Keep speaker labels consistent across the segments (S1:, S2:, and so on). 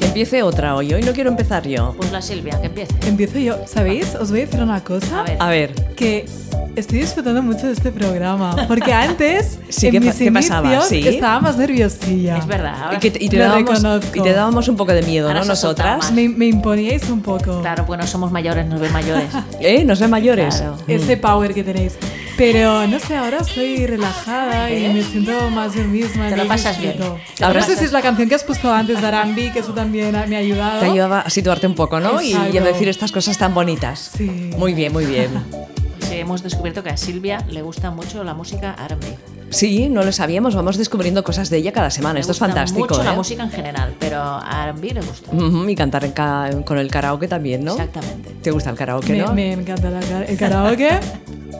S1: empiece otra hoy. Hoy no quiero empezar yo.
S2: Pues la Silvia, que empiece.
S3: Empiezo yo. ¿Sabéis? Os voy a decir una cosa.
S2: A ver.
S1: A ver,
S3: Que estoy disfrutando mucho de este programa. Porque antes,
S1: Sí,
S3: en
S1: ¿qué pa-
S3: mis
S1: qué pasaba?
S3: inicios,
S1: Sí.
S3: estaba más nerviosilla.
S2: Es verdad. ahora-
S1: y, que te- y te
S3: Lo
S1: dábamos,
S3: reconozco.
S1: y te dábamos un poco de miedo,
S2: Ahora
S1: ¿no?
S2: se ha soltado
S1: Nosotras.
S2: más.
S3: Me, me imponíais un poco
S2: Claro, bueno, somos mayores, nos ven mayores.
S1: ¿Eh? No sé, mayores. Mm.
S2: Claro.
S3: ese power que tenéis. Pero no sé, ahora estoy relajada y me siento más yo misma.
S2: Te lo
S3: entonces
S2: pasas
S3: disfruto.
S2: bien. Te
S1: lo
S3: Ahora no sé
S1: pasas-
S3: si es la canción que has puesto antes de Arambi, que eso también ha- me ha ayudado.
S1: Te ayudaba a situarte un poco, ¿no? Y, y a
S3: Exacto.
S1: decir estas cosas tan bonitas.
S3: Sí.
S1: Muy bien, muy bien.
S2: Sí, hemos descubierto que a Silvia le gusta mucho la música R&B.
S1: Sí, no lo sabíamos, vamos descubriendo cosas de ella cada semana.
S2: Le
S1: Esto es
S2: gusta
S1: fantástico.
S2: Mucho la
S1: ¿eh?
S2: música en general, pero a R&B le gusta.
S1: Ujú, Y cantar en ca- con el karaoke también, ¿no?
S2: Exactamente.
S1: ¿Te gusta el karaoke,
S3: me,
S1: no?
S3: me encanta la ca- el karaoke.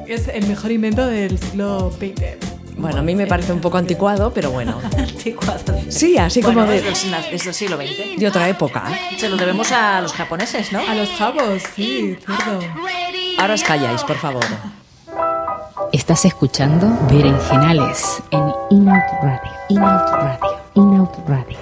S3: es el mejor invento del siglo XX.
S1: Bueno, a mí me parece un poco anticuado, pero bueno.
S2: Anticuado.
S1: Sí, así
S2: Bueno,
S1: como
S2: es
S1: de,
S2: del, siglo- es del siglo XX.
S1: de otra época.
S2: Se lo debemos a los japoneses, ¿no?
S3: A los chavos, sí, cierto.
S1: Ahora os calláis, por favor.
S4: Estás escuchando Berenjenales en Inout Radio. Inout Radio. Inout Radio.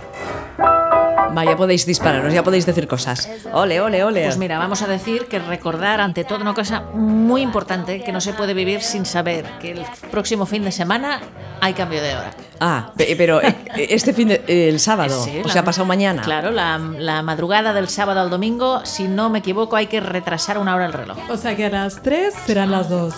S1: Va, ya podéis dispararos, ya podéis decir cosas. Ole, ole, ole.
S2: Pues mira, vamos a decir que recordar ante todo una cosa muy importante que no se puede vivir sin saber que el próximo fin de semana hay cambio de hora.
S1: Ah, pe- pero eh, este fin de- eh, el sábado,
S2: Sí,
S1: o
S2: la-
S1: sea, pasado mañana.
S2: Claro, la, la madrugada del sábado al domingo, si no me equivoco, hay que retrasar una hora el reloj.
S3: O sea que a las 3 serán las 2.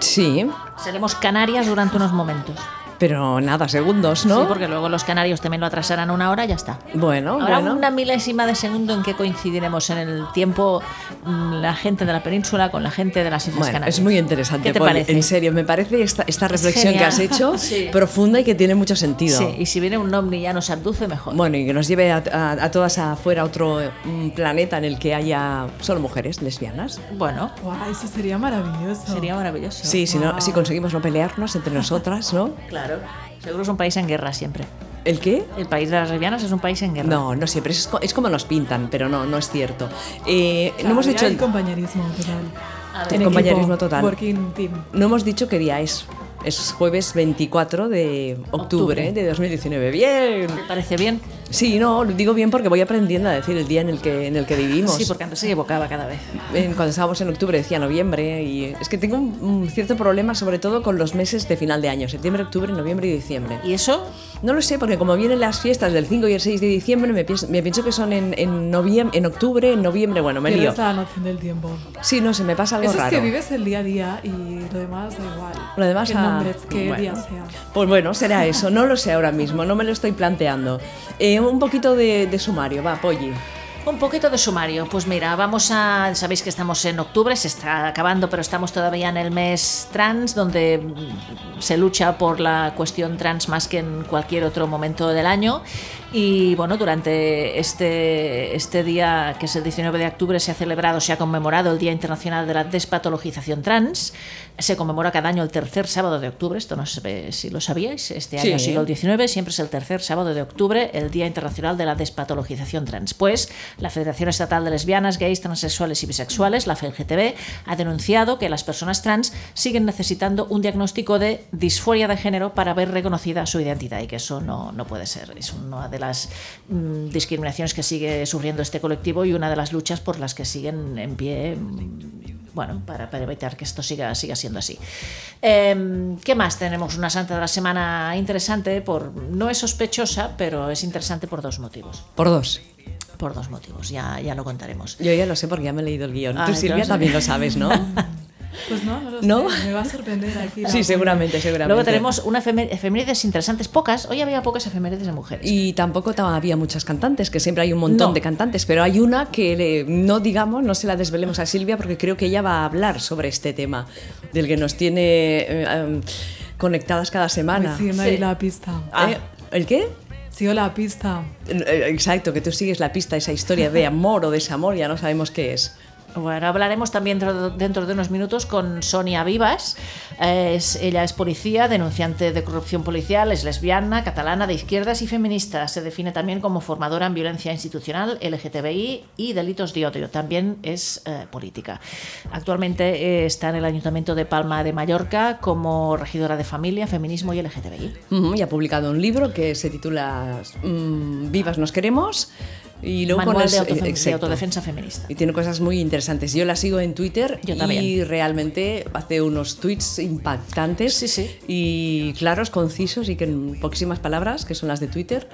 S1: Sí,
S2: Seremos canarias durante unos momentos.
S1: pero nada, segundos, ¿no?
S2: Sí, porque luego los canarios también lo atrasarán una hora y ya está.
S1: Bueno,
S2: Habrá
S1: bueno.
S2: una milésima de segundo en que coincidiremos en el tiempo mm, la gente de la península con la gente de las Islas
S1: Bueno,
S2: Canarias.
S1: es muy interesante,
S2: ¿Qué te
S1: Paul,
S2: parece?
S1: en serio, me parece esta, esta reflexión que
S2: genial.
S1: has hecho
S2: Sí.
S1: profunda y que tiene mucho sentido.
S2: Sí, y si viene un ovni y ya nos abduce, mejor.
S1: Bueno, y que nos lleve a, a- a todas afuera a otro eh, un planeta en el que haya solo mujeres lesbianas.
S2: Bueno,
S3: Wow, eso sería maravilloso.
S2: sería maravilloso.
S1: Oh. Sí, si, no, si conseguimos no pelearnos entre nosotras, ¿no?
S2: Claro. Seguro es un país en guerra siempre.
S1: ¿El qué?
S2: El país de las lesbianas es un país en guerra.
S1: No, no siempre, es, co- es como nos pintan, pero no, no es cierto. Eh, no hemos
S3: Habría
S1: hecho
S3: el
S1: el,
S3: compañerismo total.
S1: el compañerismo total.
S3: Working team.
S1: No hemos dicho qué día es. Es jueves 24 de octubre,
S2: Octubre.
S1: de 2019. Bien.
S2: ¿Te parece bien?
S1: Sí, no, lo digo bien porque voy aprendiendo a decir el día en el que, en el que vivimos.
S2: Sí, porque antes se equivocaba cada vez.
S1: En- cuando estábamos en octubre decía noviembre y es que tengo un, un cierto problema sobre todo con los meses de final de año, septiembre, octubre, noviembre y diciembre.
S2: ¿Y eso?
S1: No lo sé porque como vienen las fiestas del 5 y el 6 de diciembre me pienso, me pienso que son en, en, noviem- en octubre, en noviembre, bueno, me lío.
S3: Pierdes la noción del tiempo.
S1: Sí, no sé, me pasa algo
S3: Eso es
S1: raro.
S3: que vives el día a día y lo demás da igual.
S1: Lo demás
S3: Qué
S1: a-
S3: nombres, qué
S1: bueno.
S3: día sea.
S1: Pues bueno, será eso, no lo sé ahora mismo, no me lo estoy planteando. Eh, un poquito de, de sumario, va, Polly.
S2: Un poquito de sumario. Pues mira, vamos a. Sabéis que estamos en octubre, se está acabando, pero estamos todavía en el mes trans, donde mm, se lucha por la cuestión trans más que en cualquier otro momento del año. Y bueno, durante este, este día, que es el 19 de octubre, se ha celebrado, se ha conmemorado el Día Internacional de la Despatologización Trans. Se conmemora cada año el tercer sábado de octubre, esto no sé si lo sabíais, este
S1: Sí.
S2: año sí lo 19 siempre es el tercer sábado de octubre, el Día Internacional de la Despatologización Trans. Pues la Federación Estatal de Lesbianas, Gays, Transexuales y Bisexuales, la FELGTB, ha denunciado que las personas trans siguen necesitando un diagnóstico de disforia de género para ver reconocida su identidad y que eso no, no puede ser. Es una de las mm, discriminaciones que sigue sufriendo este colectivo y una de las luchas por las que siguen en pie. mm, bueno, para, para evitar que esto siga, siga siendo así. Em, ¿Qué más? Tenemos una santa de la semana interesante, por, no es sospechosa, pero es interesante por dos motivos.
S1: Por dos.
S2: Por dos motivos, ya, ya lo contaremos.
S1: Yo ya lo sé porque ya me he leído el guión.
S2: Ah,
S1: Tú, Silvia,
S2: claro.
S1: también lo sabes, ¿no?
S3: Pues no, no lo
S1: ¿No?
S3: sé. Me va a sorprender aquí. la-
S1: sí, seguramente, seguramente.
S2: Luego tenemos una efemé- efemérides interesantes, pocas. Hoy había pocas efemérides de mujeres.
S1: Y tampoco ta- había muchas cantantes, que siempre hay un montón
S2: No.
S1: de cantantes, pero hay una que le- no digamos, no se la desvelemos a Silvia porque creo que ella va a hablar sobre este tema del que nos tiene eh, em, conectadas cada
S3: Me
S1: semana.
S3: siguen ahí la pista.
S1: Ah, ¿El qué?
S3: Sigo la pista.
S1: Eh, eh, Exacto, que tú sigues la pista, esa historia de amor o desamor, ya no sabemos qué es.
S2: Bueno, hablaremos también dentro, dentro de unos minutos con Sonia Vivas. Eh, es- ella es policía, denunciante de corrupción policial, es lesbiana, catalana, de izquierdas y feminista. Se define también como formadora en violencia institucional, LGTBI y delitos de odio. También es eh, política. Actualmente eh, está en el Ayuntamiento de Palma de Mallorca como regidora de familia, feminismo y LGTBI.
S1: Ujú, Y ha publicado un libro que se titula mm, Vivas nos queremos Y luego
S2: Manual
S1: pones-
S2: de, autodef- de
S1: exacto.
S2: autodefensa feminista.
S1: Y tiene cosas muy interesantes. Yo la sigo en Twitter
S2: Yo
S1: y
S2: también.
S1: realmente hace unos tweets impactantes
S2: Sí, sí.
S1: y claros, concisos y que en poquísimas palabras, que son las de Twitter,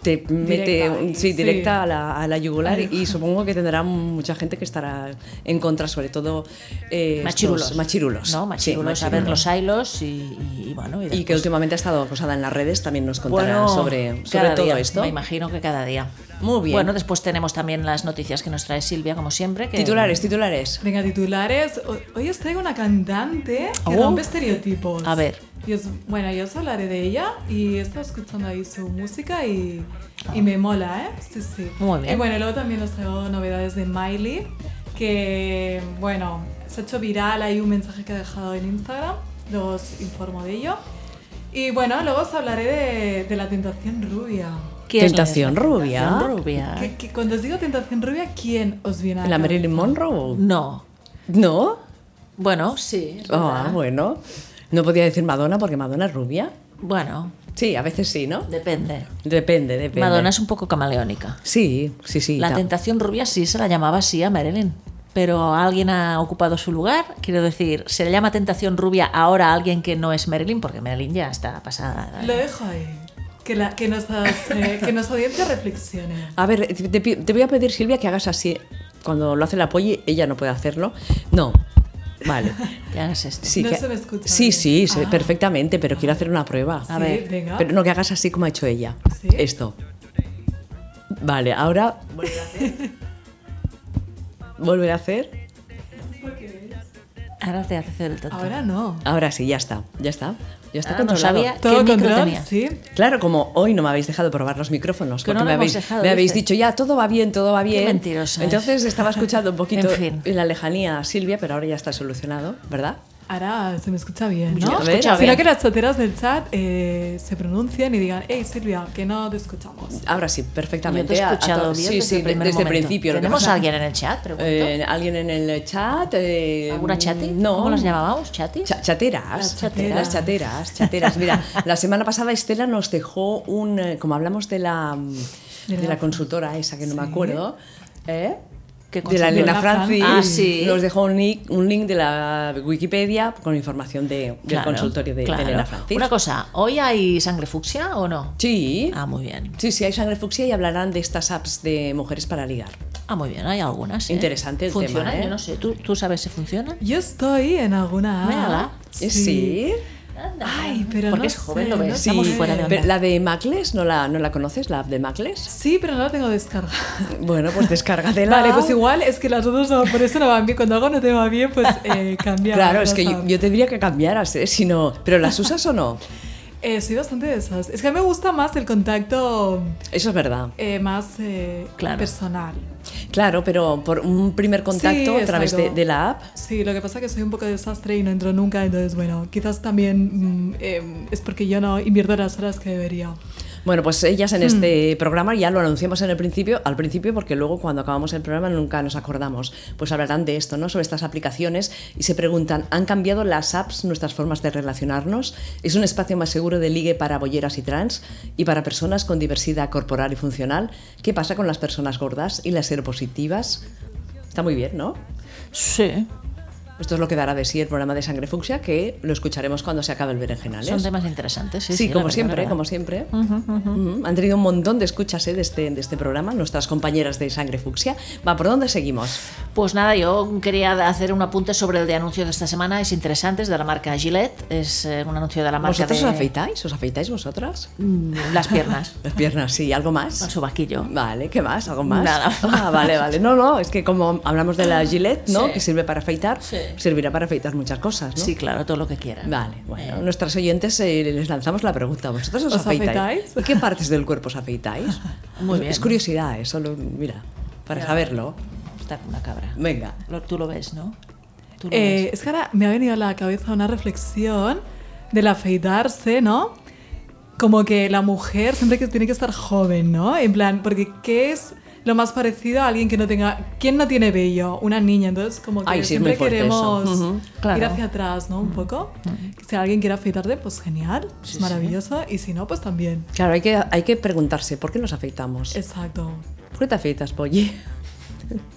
S1: te mete un- sí,
S3: sí.
S1: directa a, la, a la yugular y supongo que tendrá mucha gente que estará en contra, sobre todo eh, estos
S2: Machirulos.
S1: machirulos.
S2: ¿No?
S1: Sí,
S2: Machirulos, a ver los hilos y, y- y bueno.
S1: Y que
S2: después-
S1: últimamente ha estado acosada en las redes, también nos contará
S2: Bueno,
S1: sobre, sobre
S2: cada
S1: todo
S2: día,
S1: esto.
S2: Me imagino que cada día.
S1: Muy bien.
S2: Bueno, después tenemos también las noticias que nos trae Silvia, como siempre. Que
S1: Titulares, titulares.
S3: Venga, titulares. Ho- Hoy os traigo una cantante que
S2: Oh.
S3: rompe estereotipos.
S2: A ver.
S3: Y es- bueno, yo os hablaré de ella y he estado escuchando ahí su música y, y me mola, ¿eh? Sí, sí.
S2: Ah. Muy bien.
S3: Y bueno, luego también os traigo novedades de Miley, que, bueno, se ha hecho viral, hay un mensaje que ha dejado en Instagram, luego os informo de ello. Y bueno, luego os hablaré de, de la tentación rubia.
S2: ¿Quién es la
S1: Tentación rubia.
S2: Tentación rubia.
S3: Que, que cuando os digo tentación rubia, ¿quién os viene a
S1: ¿La
S3: cabeza?
S1: Marilyn Monroe?
S2: No.
S1: ¿No?
S2: Bueno, sí. es
S1: Ah,
S2: verdad.
S1: bueno. No podía decir Madonna porque Madonna es rubia.
S2: Bueno,
S1: Sí, a veces sí, ¿no?
S2: depende.
S1: Depende, depende.
S2: Madonna es un poco camaleónica.
S1: Sí, sí, sí.
S2: La
S1: ta-
S2: tentación rubia sí se la llamaba así a Marilyn. Pero alguien ha ocupado su lugar. Quiero decir, se le llama tentación rubia ahora a alguien que no es Marilyn, porque Marilyn ya está pasada.
S3: Lo dejo ahí. Que, la, que, nuestras, eh, que nuestra audiencia reflexione.
S1: A ver, te, te pi- te voy a pedir, Silvia, que hagas así. Cuando lo hace la Polly, ella no puede hacerlo. No. Vale.
S2: Ya hagas esto.
S1: Sí,
S3: No
S1: que-
S3: se me escucha
S1: Sí,
S3: bien.
S1: sí, se-
S3: Ah.
S1: perfectamente, pero quiero hacer una prueba.
S2: A
S3: Sí,
S2: ver,
S3: venga.
S1: Pero no que hagas así como ha hecho ella.
S3: ¿Sí?
S1: Esto. Vale, ahora. Vuelve a hacer. Vuelve a hacer.
S2: Ahora te hace el tonto.
S3: Ahora no.
S1: Ahora sí, ya está. Ya está. Ya está
S2: Ah, no
S1: controlado.
S2: sabía. ¿Qué
S3: Todo
S2: micro
S3: control,
S2: tenía?
S3: sí.
S1: Claro, como hoy no me habéis dejado probar los micrófonos,
S2: Que
S1: porque
S2: no lo
S1: me,
S2: hemos
S1: habéis,
S2: dejado,
S1: me habéis
S2: dice.
S1: dicho ya todo va bien, todo va bien.
S2: mentirosa
S1: Entonces estaba escuchando un poquito
S2: En
S1: en,
S2: fin.
S1: la lejanía a Silvia, pero ahora ya está solucionado, ¿verdad?
S3: Ahora se me escucha bien,
S1: Ya
S3: ¿no?
S1: ves. Escucha
S3: Sino
S1: bien.
S3: que las chateras del chat eh, se pronuncien y digan, hey Silvia, que no te escuchamos.
S1: Ahora sí,
S2: Yo
S1: perfectamente.
S2: te he
S1: A- a
S2: escuchado
S1: todos.
S2: bien
S1: sí,
S2: desde,
S1: sí,
S2: el
S1: de-
S2: primer
S1: desde el
S2: momento.
S1: principio. lo que
S2: ¿Tenemos
S1: pasa-
S2: a alguien en el chat? Pregunto.
S1: Eh, alguien en el chat. eh,
S2: ¿Alguna chati?
S1: No.
S2: ¿Cómo las llamábamos? ¿Chatis?
S1: Cha- chateras,
S2: Las chateras.
S1: Las chateras, chateras. Mira, la semana pasada Estela nos dejó un, eh, como hablamos de la, mm, de la consultora esa que no me acuerdo, ¿eh?
S2: ¿Qué
S1: de la
S2: consultora?
S1: Elena Francis,
S2: Ah, sí.
S1: nos dejó un link, un link de la Wikipedia con información de, del
S2: Claro,
S1: consultorio de, de
S2: claro.
S1: Elena Francis.
S2: Una cosa, ¿hoy hay sangre fucsia o no?
S1: Sí,
S2: Ah, muy bien.
S1: sí, sí, hay sangre fucsia y hablarán de estas apps de mujeres para ligar.
S2: Ah, muy bien, hay algunas. ¿eh?
S1: Interesante el tema,
S2: ¿Funciona?
S1: ¿eh?
S2: Yo no sé, ¿tú, tú sabes si funciona?
S3: Yo estoy en alguna...
S2: Mírala.
S1: ¿Eh? Sí.
S3: Ay, pero
S2: Porque
S3: no
S2: es joven,
S3: sé,
S2: lo ves,
S3: no
S2: estamos
S3: sé.
S2: fuera de onda.
S1: Pero la de Macles, ¿no la, ¿no la conoces, la app de Macles?
S3: Sí, pero no la tengo descargada.
S1: Bueno, pues descárgatela.
S3: Vale, pues igual es que las otras no, por eso no van bien. Cuando algo no te va bien, pues eh, cambiar.
S1: Claro, es que yo, yo tendría que cambiaras, ¿eh? Si no, ¿Pero las usas o no?
S3: Eh, soy bastante de esas. Es que a mí me gusta más el contacto
S1: Eso es verdad.
S3: eh, más eh,
S2: Claro.
S3: personal.
S1: Claro, pero por un primer contacto
S3: Sí,
S1: a través de,
S3: exacto.
S1: de la app.
S3: Sí, lo que pasa es que soy un poco desastre y no entro nunca, entonces bueno, quizás también mm, eh, es porque yo no invierto las horas que debería.
S1: Bueno, pues ellas
S3: Hmm.
S1: en este programa ya lo anunciamos en el principio, al principio, porque luego cuando acabamos el programa nunca nos acordamos. Pues hablarán de esto, ¿no? Sobre estas aplicaciones y se preguntan, ¿han cambiado las apps nuestras formas de relacionarnos? ¿Es un espacio más seguro de ligue para bolleras y trans y para personas con diversidad corporal y funcional? ¿Qué pasa con las personas gordas y las seropositivas? Está muy bien, ¿no?
S2: Sí.
S1: Esto es lo que dará de sí el programa de Sangre Fucsia, que lo escucharemos cuando se acabe el Berenjenales.
S2: Son temas interesantes, sí.
S1: Sí,
S2: la
S1: como
S2: verdad,
S1: siempre,
S2: la verdad.
S1: como siempre. Ujú. Han tenido un montón de escuchas eh, de, este, de este programa, nuestras compañeras de Sangre Fucsia. Va, ¿por dónde seguimos?
S2: Pues nada, yo quería hacer un apunte sobre el de anuncio de esta semana. Es interesante, es de la marca Gillette. Es eh, un anuncio de la marca
S1: ¿Vosotros
S2: de
S1: os afeitáis? ¿Os afeitáis vosotras?
S2: Mm, las piernas,
S1: Las piernas, sí. ¿Algo
S2: con
S1: más?
S2: su vaquillo.
S1: Vale, ¿qué más? ¿Algo más?
S2: Nada
S1: Ah, vale, vale. No, no, es que como hablamos de la Gillette, ¿no?
S2: Sí.
S1: Que sirve para afeitar,
S2: Sí.
S1: servirá para afeitar muchas cosas, ¿no?
S2: Sí, claro, todo lo que quiera.
S1: Vale, bueno, Eh, nuestras oyentes eh, les lanzamos la pregunta. ¿Vosotros os,
S3: ¿Os
S1: afeitáis?
S3: afeitáis?
S1: ¿Y ¿Qué partes del cuerpo os afeitáis?
S2: Muy bien.
S1: Es curiosidad, eh, solo, mira, para saberlo.
S2: Está como una cabra.
S1: Venga.
S2: Lo- tú lo ves, ¿no? Tú lo
S3: Eh,
S2: ves.
S3: es que ahora me ha venido a la cabeza una reflexión del afeitarse, ¿no? Como que la mujer siempre que tiene que estar joven, ¿no? En plan, porque ¿qué es lo más parecido a alguien que no tenga... ¿Quién no tiene vello? Una niña. Entonces, como que
S1: Ay, sí, es muy
S3: siempre
S1: fuerte
S3: queremos
S1: eso. Ujú,
S2: claro.
S3: ir hacia atrás, ¿no? Un poco. Si alguien quiere afeitarte, pues genial, es maravilloso. Y si no, pues también.
S1: Claro, hay que, hay que preguntarse, ¿por qué nos afeitamos?
S3: Exacto.
S1: ¿Por qué te afeitas, Polly?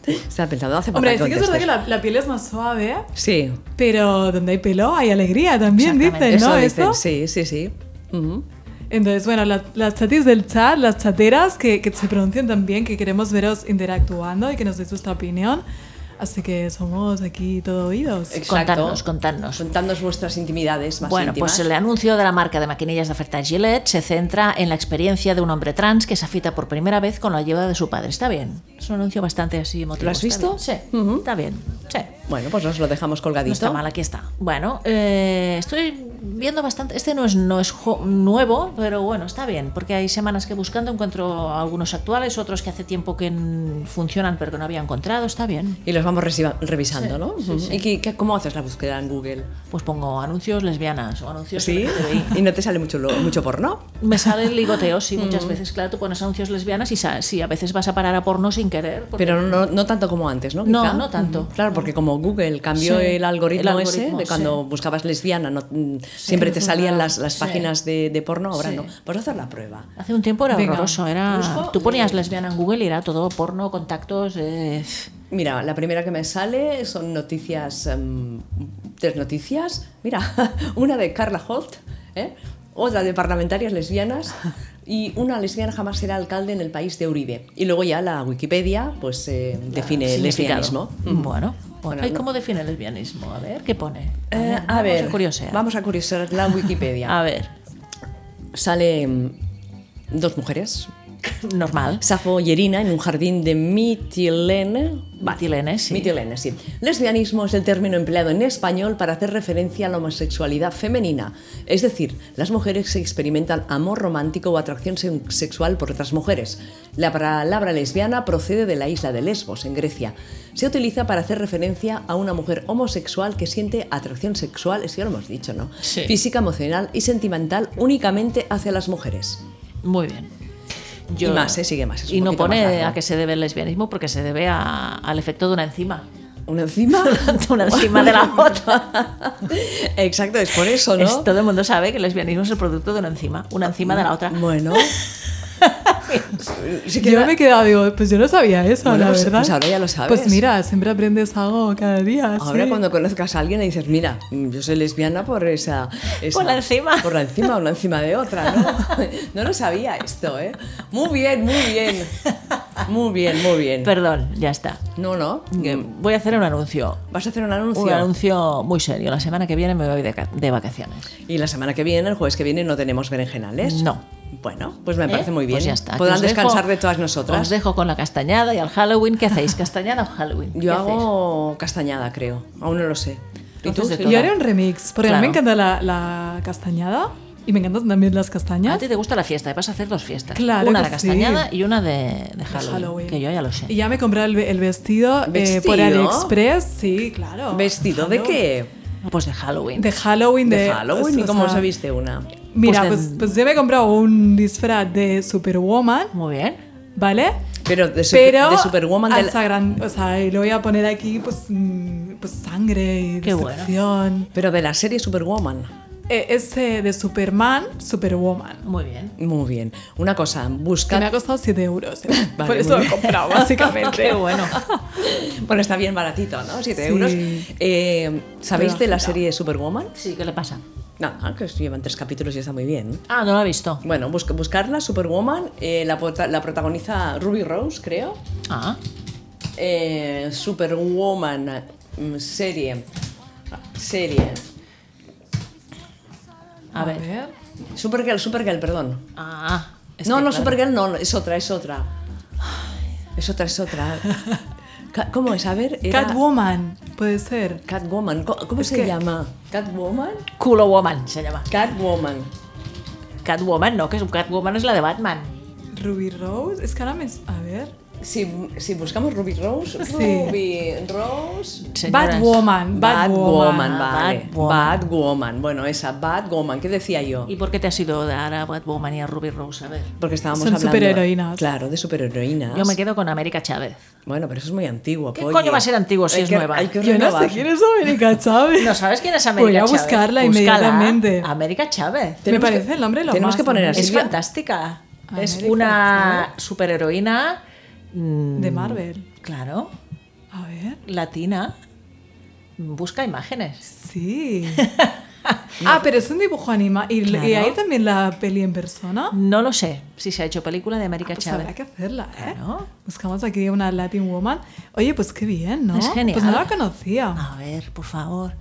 S1: Estaba pensando, hace
S3: Hombre, sí
S1: falta
S3: que es verdad que
S1: contestes.
S3: la, la piel es más suave,
S1: Sí,
S3: pero donde hay pelo hay alegría también,
S2: Exactamente.
S3: dicen,
S1: eso
S3: ¿no?
S1: dicen,
S3: Esto.
S1: sí, sí, sí. Ujú.
S3: Entonces, bueno, la- las chatis del chat, las chateras que, que se pronuncian también, que queremos veros interactuando y que nos deis vuestra opinión. Así que somos aquí todo oídos.
S2: Contadnos, contadnos.
S1: Contadnos vuestras intimidades Pues más
S2: Bueno,
S1: íntimas.
S2: pues el anuncio de la marca de maquinillas de afeitar Gillette se centra en la experiencia de un hombre trans que se afeita por primera vez con la ayuda de su padre. Está bien. Es un anuncio bastante así emotivo.
S1: ¿Lo has
S2: Está
S1: visto?
S2: bien. Sí.
S1: Ujú.
S2: Está bien. Sí.
S1: Bueno, pues nos lo dejamos
S2: No
S1: colgadito.
S2: está mal, aquí está. Bueno, eh, estoy viendo bastante. Este no es, no es jo- nuevo, pero bueno, está bien, porque hay semanas que buscando encuentro algunos actuales, otros que hace tiempo que mm, funcionan pero que no había encontrado. Está bien.
S1: Y los vamos resiva- revisando, ¿no? Ujú. ¿Y qué- qué- cómo haces la búsqueda en Google?
S2: Pues pongo anuncios lesbianas o anuncios
S1: ¿Sí?
S2: LGTBI.
S1: ¿Y no te sale mucho, lo- mucho porno?
S2: Me sale el ligoteo, sí, muchas veces. Claro, tú pones anuncios lesbianas y sa- sí, a veces vas a parar a porno sin querer. porque-
S1: Pero no, no tanto como antes, ¿no?
S2: No,
S1: Quizá.
S2: no tanto.
S1: Ujú. Claro, porque como Google cambió
S2: Sí,
S1: el, algoritmo
S2: el algoritmo,
S1: ese, de
S2: sí.
S1: cuando buscabas lesbiana, no- mm, siempre te salían las, las
S2: Sí.
S1: páginas de, de porno, ahora
S2: Sí.
S1: no. Pues hacer la prueba.
S2: Hace un tiempo era
S3: Venga,
S2: horroroso. Era...
S1: busco
S2: Tú ponías lesbiana en Google y era todo porno, contactos. eh,
S1: Mira, la primera que me sale son noticias, em, tres noticias. Mira, una de Carla Holt, ¿eh? otra de parlamentarias lesbianas y una lesbiana jamás será alcalde en el país de Uribe. Y luego ya la Wikipedia pues eh, define el
S2: significado.
S1: lesbianismo.
S2: Bueno, bueno.
S1: Mm. Bueno,
S2: ¿Y
S1: no-
S2: cómo define el lesbianismo? A ver, ¿qué pone?
S1: Eh, a
S2: vamos
S1: ver,
S2: curiosear.
S1: vamos a curiosear la Wikipedia.
S2: A ver,
S1: Sale em, dos mujeres,
S2: normal.
S1: Safo y Erina, en un jardín de Mitilene,
S2: Mitilene, sí.
S1: Mitilene, sí. Lesbianismo es el término empleado en español para hacer referencia a la homosexualidad femenina. Es decir, las mujeres que experimentan amor romántico o atracción se- sexual por otras mujeres. La palabra lesbiana procede de la isla de Lesbos, en Grecia. Se utiliza para hacer referencia a una mujer homosexual que siente atracción sexual, es que ya lo hemos dicho, ¿no?
S2: Sí.
S1: Física, emocional y sentimental únicamente hacia las mujeres.
S2: Muy bien.
S1: Y más, ¿eh? Sigue más, es un
S2: Y no
S1: poquito más
S2: pone
S1: largo.
S2: a qué se debe el lesbianismo porque se debe a- al efecto de una enzima.
S1: ¿Una encima?
S2: una encima de la otra.
S1: Exacto, es por eso, ¿no?
S2: Es- todo el mundo sabe que el lesbianismo es el producto de una enzima, una encima de la otra.
S1: Bueno. Sí que
S3: Yo
S1: era-
S3: me he quedado, digo, pues yo no sabía eso,
S1: Bueno,
S3: la
S1: pues-
S3: verdad.
S1: pues ahora ya lo sabes.
S3: Pues mira, siempre aprendes algo cada día.
S1: Ahora
S3: sí.
S1: cuando conozcas a alguien y dices, mira, mm, yo soy lesbiana por esa... esa-
S2: Por la encima.
S1: Por la encima, una encima de otra, ¿no? No lo sabía esto, ¿eh? Muy bien, muy bien. Muy bien, muy bien.
S2: Perdón, ya está.
S1: No, no.
S2: Que Voy a hacer un anuncio.
S1: Vas a hacer un Mm. anuncio.
S2: Mm. Un anuncio muy serio. La semana que viene me voy de, ca- de vacaciones.
S1: Y la semana que viene, el jueves que viene, no tenemos berenjenales.
S2: No.
S1: Bueno, pues me
S2: ¿Eh?
S1: parece muy bien.
S2: Pues ya está. Aquí
S1: Podrán
S2: os dejo-
S1: descansar de todas nosotras.
S2: Os dejo con la castañada y al Halloween. ¿Qué hacéis? ¿Castañada o Halloween? ¿Qué
S1: Yo hago castañada, creo. Aún no lo sé. ¿Y tú?
S2: Entonces, de
S1: Silvia?
S2: todo.
S3: Yo haré un remix, porque a mí me
S2: Claro.
S3: encanta la, la castañada y me encantan también las
S2: hacéis?
S3: castañas.
S2: A ti te gusta la fiesta, y vas a hacer dos fiestas.
S3: Claro
S2: una
S3: que
S2: de castañada
S3: sí.
S2: y una de, de Halloween,
S3: Pues Halloween.
S2: Que yo ya lo sé.
S3: Y ya me compré el, el vestido, eh, por
S1: ¿Vestido?
S3: AliExpress, sí, claro.
S1: ¿Vestido de
S3: Claro.
S1: qué?
S2: Pues de Halloween.
S3: De Halloween. De, pues
S1: De Halloween. ¿Y
S3: o
S1: cómo
S3: sea,
S1: se viste una?
S3: Mira,
S2: Pues de-
S3: pues, pues yo me he comprado un disfraz de Superwoman,
S2: Muy bien.
S3: ¿vale?
S1: Pero de, super-
S3: Pero
S1: de Superwoman de la-
S3: hasta gran- o sea, y lo voy a poner aquí, pues, mm, pues sangre y
S2: Qué bueno.
S3: destrucción.
S1: Pero de la serie Superwoman.
S3: Eh, es eh, de Superman, Superwoman.
S2: Muy bien.
S1: Muy bien. Una cosa,
S3: Que me ha
S1: busca.
S3: costado 7 euros. eh.
S1: Vale,
S3: Por
S1: muy
S3: eso lo he
S1: bien.
S3: comprado, básicamente.
S2: Qué bueno.
S1: Bueno, está bien baratito, ¿no? 7
S3: Sí.
S1: euros. Eh, ¿Sabéis de la serie Superwoman?
S2: Sí, ¿qué le pasa?
S1: Nada, que llevan tres capítulos y está muy bien.
S2: Ah, no lo he visto.
S1: Bueno, busca- buscarla, Superwoman. eh, la, prota- la protagoniza Ruby Rose, creo.
S2: Ah,
S1: Eh, Superwoman mm, serie. Serie.
S2: a, ver.
S1: Supergirl, Supergirl, perdón.
S2: Ah, es
S1: no,
S2: que,
S1: no,
S2: claro.
S1: Supergirl no, no, es otra, es otra. Es otra, es otra. Ca- ¿Cómo es? A ver, era-
S3: Catwoman, puede ser.
S1: Catwoman, co- ¿cómo se
S3: que-
S1: llama? Catwoman?
S2: Culo Woman se llama.
S1: Catwoman.
S2: Catwoman, no, que es- Catwoman es la de Batman.
S3: Ruby Rose, es que ahora me... A ver.
S1: Si, si buscamos Ruby Rose,
S3: Sí.
S1: Ruby Rose.
S2: Señoras.
S3: Batwoman, Batwoman.
S1: Batwoman, vale.
S2: Batwoman.
S1: Batwoman. Bueno, esa, Batwoman, ¿qué decía yo?
S2: ¿Y por qué te has ido de ahora a Batwoman y a Ruby Rose? A ver.
S1: Porque estábamos
S3: Son
S1: hablando.
S3: superheroínas.
S1: Claro, de superheroínas.
S2: Yo me quedo con América Chávez.
S1: Bueno, pero eso es muy antiguo.
S2: ¿Qué coño va a ser antiguo si
S1: Hay
S2: es
S1: que-
S2: nueva?
S1: Hay que
S3: Yo no sé
S1: renovar.
S3: quién es América Chávez.
S2: ¿No sabes quién es América
S3: Voy a
S2: Chávez?
S3: buscarla
S2: Búscala.
S3: inmediatamente.
S2: América Chávez.
S3: Me
S1: Tenemos que-
S3: parece el nombre lo
S1: tenemos
S3: más
S1: que poner
S3: normal.
S1: así.
S2: Es
S1: Silvia-
S2: fantástica. es
S3: América
S2: una superheroína Mm,
S3: de Marvel.
S2: Claro,
S3: A ver.
S2: latina. Busca imágenes.
S3: Sí. ah, pero es un dibujo animado. ¿Y,
S2: Claro.
S3: y hay también la peli en persona?
S2: No lo sé si se ha hecho película de América
S3: Pues habrá
S2: Chávez.
S3: que hacerla, ¿eh?
S2: Claro.
S3: Buscamos aquí una Latin Woman. Oye, pues qué bien, ¿no?
S2: Es genial.
S3: Pues no la conocía.
S2: A ver, por favor.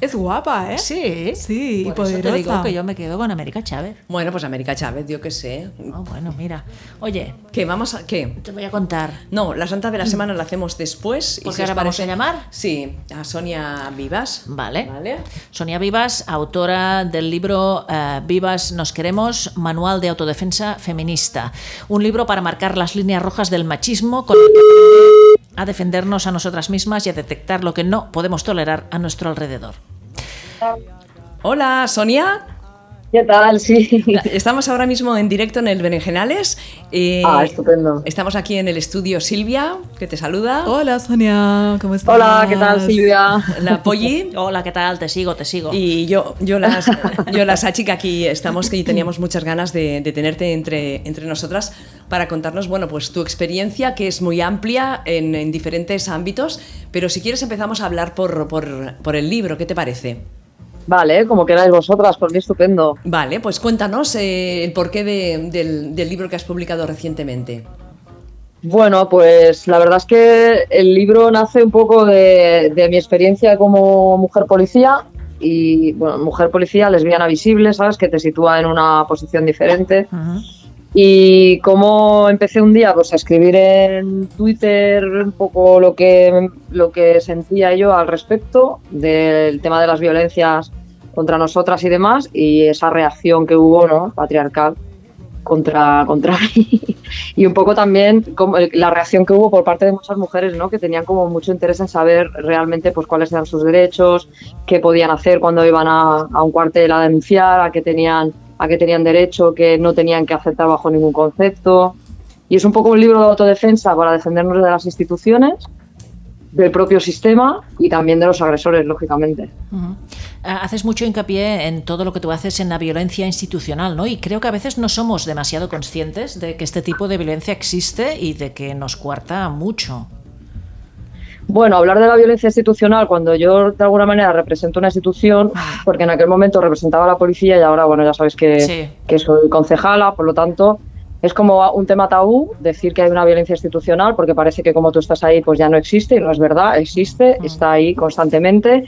S3: Es guapa, ¿eh?
S2: Sí,
S3: Sí, y
S2: por eso te digo
S3: poderosa.
S2: que yo me quedo con América Chávez.
S1: Bueno, pues América Chávez, yo qué sé.
S2: Ah, bueno, mira. Oye,
S1: ¿Qué vamos a qué?
S2: te voy a contar.
S1: No, la Santa de la Semana la hacemos después.
S2: Porque
S1: os
S2: Mm. ahora vamos a llamar.
S1: Sí, a Sonia Vivas.
S2: Vale.
S1: Vale.
S2: Sonia Vivas, autora del libro eh, Vivas nos queremos, manual de autodefensa feminista. Un libro para marcar las líneas rojas del machismo con el que aprender a defendernos a nosotras mismas y a detectar lo que no podemos tolerar a nuestro alrededor.
S1: Hola, Sonia.
S5: ¿Qué tal? Sí.
S1: Estamos ahora mismo en directo en el Berenjenales. Eh,
S5: Ah, estupendo.
S1: Estamos aquí en el estudio Silvia, que te saluda.
S3: Hola, Sonia. ¿Cómo estás?
S5: Hola, ¿qué tal Silvia?
S1: La Polly.
S2: Hola, ¿qué tal? Te sigo, te sigo.
S1: Y yo, yo las, yo las Sachi, que aquí estamos que teníamos muchas ganas de, de tenerte entre, entre nosotras para contarnos, bueno, pues tu experiencia que es muy amplia en, en diferentes ámbitos, pero si quieres empezamos a hablar por, por, por el libro, ¿qué te parece?
S5: Vale, como queráis vosotras, por mí estupendo.
S1: Vale, pues cuéntanos eh, el porqué de- del, del libro que has publicado recientemente.
S5: Bueno, pues la verdad es que el libro nace un poco de, de mi experiencia como mujer policía y, bueno, mujer policía, lesbiana visible, ¿sabes? Que te sitúa en una posición diferente.
S2: Ujú.
S5: Y cómo empecé un día pues a escribir en Twitter un poco lo que lo que sentía yo al respecto del tema de las violencias contra nosotras y demás y esa reacción que hubo, ¿no? patriarcal contra contra mí. y un poco también como el- la reacción que hubo por parte de muchas mujeres, ¿no? que tenían como mucho interés en saber realmente pues cuáles eran sus derechos, qué podían hacer cuando iban a, a un cuartel a denunciar, a qué tenían, a qué tenían derecho, que no tenían que aceptar bajo ningún concepto. Y es un poco un libro de autodefensa para defendernos de las instituciones, del propio sistema y también de los agresores, lógicamente.
S2: Ujú. Ah, Haces mucho hincapié en todo lo que tú haces en la violencia institucional, ¿no? Y creo que a veces no somos demasiado conscientes de que este tipo de violencia existe y de que nos cuarta mucho.
S5: Bueno, hablar de la violencia institucional cuando yo de alguna manera represento una institución, porque en aquel momento representaba a la policía y ahora, bueno, ya sabéis que,
S2: Sí.
S5: que soy concejala, por lo tanto, es como un tema tabú decir que hay una violencia institucional porque parece que como tú estás ahí, pues ya no existe y no es verdad, existe, está ahí constantemente.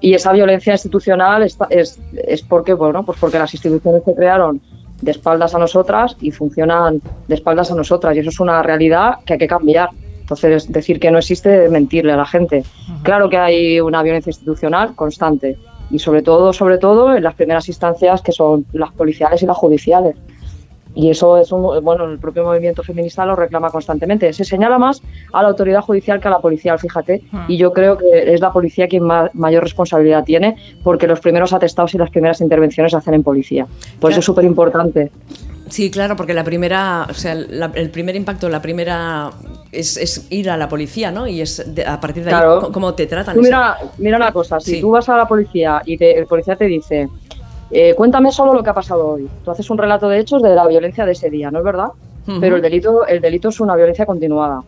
S5: Y esa violencia institucional está- es, es porque, bueno, pues porque las instituciones se crearon de espaldas a nosotras y funcionan de espaldas a nosotras. Y eso es una realidad que hay que cambiar. Entonces, decir que no existe es mentirle a la gente. Claro que hay una violencia institucional constante. Y sobre todo, sobre todo, en las primeras instancias que son las policiales y las judiciales. Y eso es un, bueno, el propio movimiento feminista lo reclama constantemente. Se señala más a la autoridad judicial que a la policial, fíjate. Y yo creo que es la policía quien ma- mayor responsabilidad tiene, porque los primeros atestados y las primeras intervenciones se hacen en policía. Por eso es súper importante.
S1: Sí, claro, porque la primera, o sea, la- el primer impacto, la primera es, es ir a la policía, ¿no? Y es de- a partir de ahí
S5: Claro.
S1: c- cómo te tratan.
S5: Tú mira, mira una cosa, si
S1: Sí.
S5: tú vas a la policía y te- el policía te dice, eh, cuéntame solo lo que ha pasado hoy, tú haces un relato de hechos de la violencia de ese día, ¿no es verdad?
S1: Ujú. Ah.
S5: Pero el delito, el delito es una violencia continuada.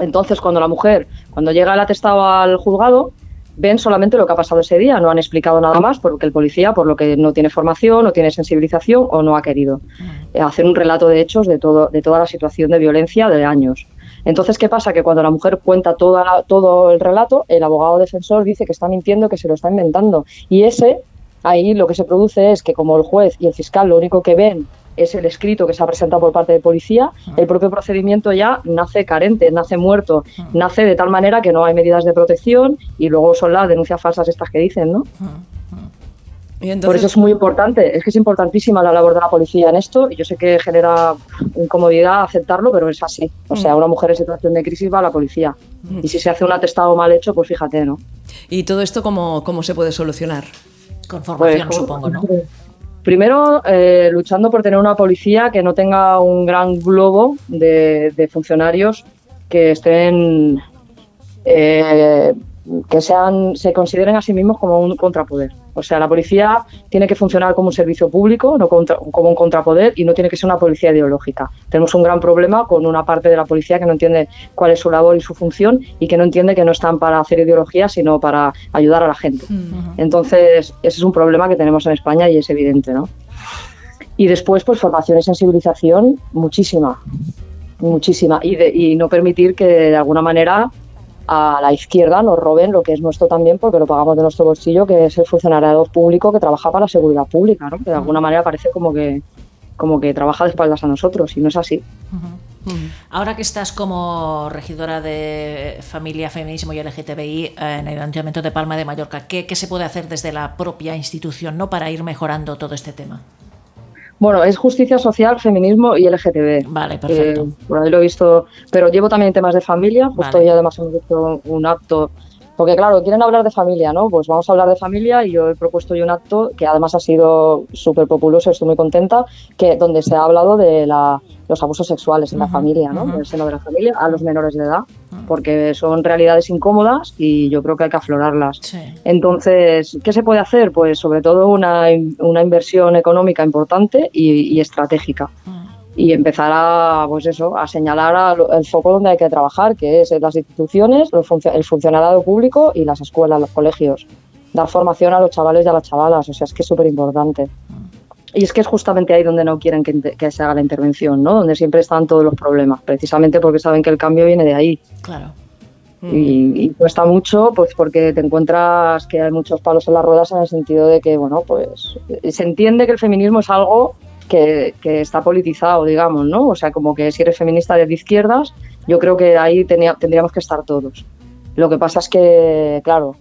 S5: Entonces, cuando la mujer, cuando llega el atestado al juzgado, ven solamente lo que ha pasado ese día, no han explicado nada más porque el policía, por lo que no tiene formación, no tiene sensibilización o no ha querido
S1: Ah.
S5: eh, hacer un relato de hechos de, todo, de toda la situación de violencia de años. Entonces, ¿qué pasa? Que cuando la mujer cuenta toda la- todo el relato, el abogado defensor dice que está mintiendo, que se lo está inventando. Y ese, ahí lo que se produce es que como el juez y el fiscal lo único que ven es el escrito que se ha presentado por parte de policía, el propio procedimiento ya nace carente, nace muerto, nace de tal manera que no hay medidas de protección y luego son las denuncias falsas estas que dicen, ¿no?
S1: Y entonces,
S5: Por eso es muy importante, es que es importantísima la labor de la policía en esto y yo sé que genera incomodidad aceptarlo, pero es así. O sea, una mujer en situación de crisis va a la policía y si se hace un atestado mal hecho, pues fíjate, ¿no?
S1: ¿Y todo esto cómo, cómo se puede solucionar?
S2: Con formación,
S5: Pues,
S2: supongo, ¿no?
S5: Primero, eh, luchando por tener una policía que no tenga un gran globo de, de funcionarios que estén. eh, que sean, se consideren a sí mismos como un contrapoder. O sea, la policía tiene que funcionar como un servicio público, no contra- como un contrapoder, y no tiene que ser una policía ideológica. Tenemos un gran problema con una parte de la policía que no entiende cuál es su labor y su función y que no entiende que no están para hacer ideología, sino para ayudar a la gente. Entonces, ese es un problema que tenemos en España y es evidente, ¿no? Y después, pues formación y sensibilización, muchísima, muchísima. Y, de- y no permitir que de alguna manera a la izquierda nos roben lo que es nuestro también, porque lo pagamos de nuestro bolsillo, que es el funcionario público que trabaja para la seguridad pública, ¿no? Que de alguna manera parece como que como que trabaja de espaldas a nosotros y no es así.
S2: Ahora que estás como regidora de familia, feminismo y LGTBI eh, en el Ayuntamiento de Palma de Mallorca, ¿qué, qué se puede hacer desde la propia institución ¿no? para ir mejorando todo este tema?
S5: Bueno, es justicia social, feminismo y LGTB.
S2: Vale, perfecto.
S5: Eh, por ahí lo he visto, pero llevo también temas de familia,
S2: Vale.
S5: justo hoy además hemos hecho un acto, porque claro, quieren hablar de familia, ¿no? Pues vamos a hablar de familia y yo he propuesto hoy un acto que además ha sido súper populoso, estoy muy contenta, que donde se ha hablado de la- los abusos sexuales en la familia, ¿no? En el seno de la familia, a los menores de edad,
S2: Ah.
S5: porque son realidades incómodas y yo creo que hay que aflorarlas.
S2: Sí.
S5: Entonces, ¿qué se puede hacer? Pues sobre todo una, in- una inversión económica importante y, y estratégica. Y empezar a, pues eso, a señalar a lo- el foco donde hay que trabajar, que es en las instituciones, los funcio- el funcionariado público y las escuelas, los colegios. Dar formación a los chavales y a las chavalas, o sea, es que es súper importante. Y es que es justamente ahí donde no quieren que, inte- que se haga la intervención, ¿no? Donde siempre están todos los problemas, precisamente porque saben que el cambio viene de ahí
S2: Claro.
S5: y, y cuesta mucho pues porque te encuentras que hay muchos palos en las ruedas en el sentido de que bueno pues se entiende que el feminismo es algo que, que está politizado digamos no o sea como que si eres feminista de izquierdas yo creo que ahí tenía- tendríamos que estar todos lo que pasa es que claro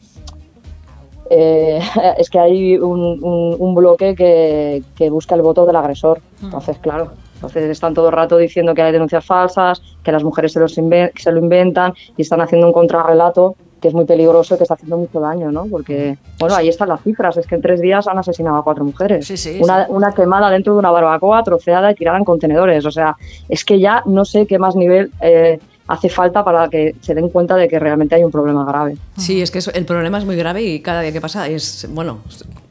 S5: eh, es que hay un, un- un bloque que, que busca el voto del agresor.
S2: Mm.
S5: Entonces, claro, entonces están todo el rato diciendo que hay denuncias falsas, que las mujeres se, los inven- se lo inventan y están haciendo un contrarrelato que es muy peligroso y que está haciendo mucho daño, ¿no? Porque, bueno, ahí están las cifras, es que en tres días han asesinado a cuatro mujeres.
S2: Sí, sí,
S5: una, una quemada dentro de una barbacoa, troceada y tirada en contenedores. O sea, es que ya no sé qué más nivel eh, hace falta para que se den cuenta de que realmente hay un problema grave.
S1: Sí, es que eso- el problema es muy grave y cada día que pasa es, bueno,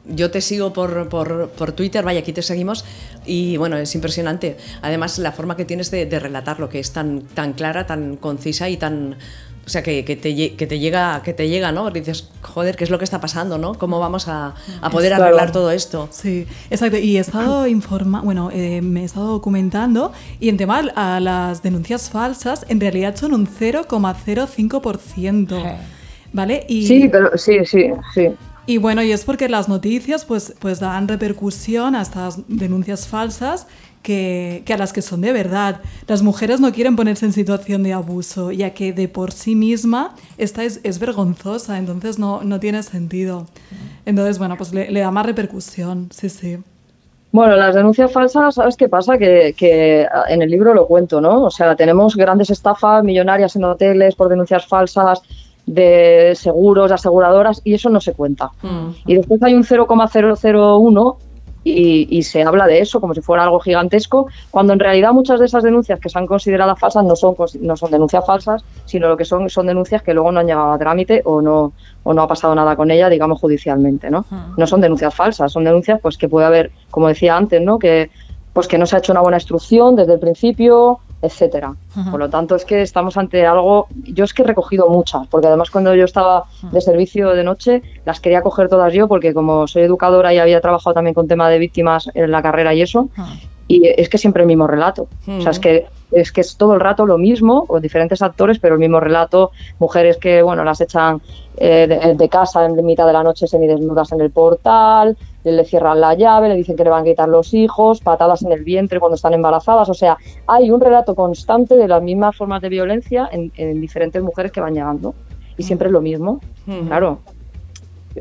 S1: yo te sigo por, por- por Twitter, vaya, aquí te seguimos y bueno, es impresionante. Además, la forma que tienes de, de relatarlo, que es tan, tan clara, tan concisa y tan... O sea, que, que te, lle- que te llega, que te llega, ¿no? Porque dices, joder, ¿qué es lo que está pasando, no? ¿Cómo vamos a, a poder
S5: Claro.
S1: arreglar todo esto?
S3: Sí, exacto. Y he estado informa bueno, eh, me he estado documentando y en tema a las denuncias falsas, en realidad son un 0,05%. ¿Vale? Y,
S5: Sí, pero sí, sí, sí.
S3: y bueno, y es porque las noticias pues, pues dan repercusión a estas denuncias falsas que, que a las que son de verdad. Las mujeres no quieren ponerse en situación de abuso, ya que de por sí misma esta es, es vergonzosa, entonces no, no tiene sentido. Entonces, bueno, pues le, le da más repercusión, sí, sí.
S5: Bueno, las denuncias falsas, ¿sabes qué pasa? Que, que ah, en el libro lo cuento, ¿no? O sea, tenemos grandes estafas millonarias en hoteles por denuncias falsas de seguros, de aseguradoras, y eso no se cuenta. Y después hay un 0,001 y, y se habla de eso como si fuera algo gigantesco, cuando en realidad muchas de esas denuncias que se han considerado falsas no son, cons- no son denuncias falsas, sino lo que son son denuncias que luego no han llegado a trámite o no, o no ha pasado nada con ella, digamos, judicialmente, ¿no? No son denuncias falsas, son denuncias pues que puede haber, como decía antes, ¿no? Que, pues que no se ha hecho una buena instrucción desde el principio, etcétera. Por lo tanto, es que estamos ante algo. Yo es que he recogido muchas, porque además cuando yo estaba de servicio de noche, las quería coger todas yo, porque como soy educadora y había trabajado también con tema de víctimas en la carrera y eso, y es que siempre el mismo relato. O sea, es que es que es todo el rato lo mismo, con diferentes actores, pero el mismo relato, mujeres que bueno las echan eh, de, de casa en mitad de la noche semidesnudas en el portal, le cierran la llave, le dicen que le van a quitar los hijos, patadas en el vientre cuando están embarazadas, o sea, hay un relato constante de las mismas formas de violencia en, en diferentes mujeres que van llegando, y siempre es lo mismo, claro.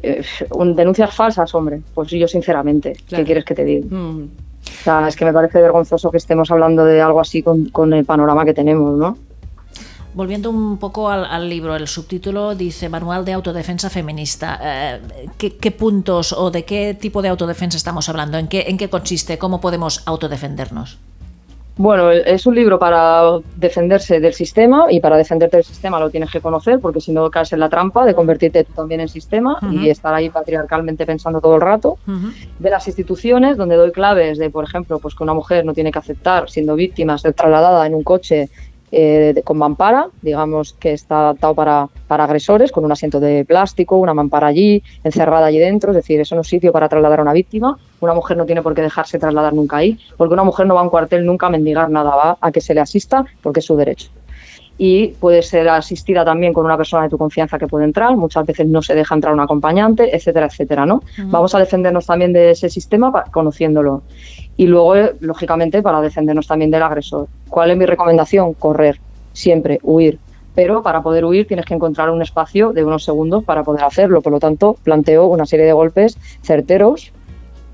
S5: Eh, un- denuncias falsas, hombre, pues yo sinceramente,
S1: Claro.
S5: ¿qué quieres que te diga?
S1: Mm.
S5: O sea, es que me parece vergonzoso que estemos hablando de algo así con, con el panorama que tenemos, ¿no?
S2: Volviendo un poco al, al libro, el subtítulo dice Manual de Autodefensa Feminista. Eh, ¿qué, qué puntos o de qué tipo de autodefensa estamos hablando? ¿En qué, en qué consiste? ¿Cómo podemos autodefendernos?
S5: Bueno, e-, es un libro para defenderse del sistema y para defenderte del sistema lo tienes que conocer porque si no caes en la trampa de convertirte tú también en sistema uh -huh. y estar ahí patriarcalmente pensando todo el rato. Uh -huh. De las instituciones, donde doy claves de, por ejemplo, pues que una mujer no tiene que aceptar, siendo víctima, ser trasladada en un coche eh, de, con mampara, digamos que está adaptado para, para agresores, con un asiento de plástico, una mampara allí, encerrada allí dentro, es decir, eso no es un sitio para trasladar a una víctima, una mujer no tiene por qué dejarse trasladar nunca ahí, porque una mujer no va a un cuartel nunca a mendigar nada, va a que se le asista porque es su derecho. Y puede ser asistida también con una persona de tu confianza que puede entrar, muchas veces no se deja entrar un acompañante, etcétera, etcétera, ¿no? Uh -huh. Vamos a defendernos también de ese sistema para, conociéndolo. Y luego, eh, lógicamente, para defendernos también del agresor. ¿Cuál es mi recomendación? Correr, siempre, huir. Pero para poder huir tienes que encontrar un espacio de unos segundos para poder hacerlo. Por lo tanto, planteo una serie de golpes certeros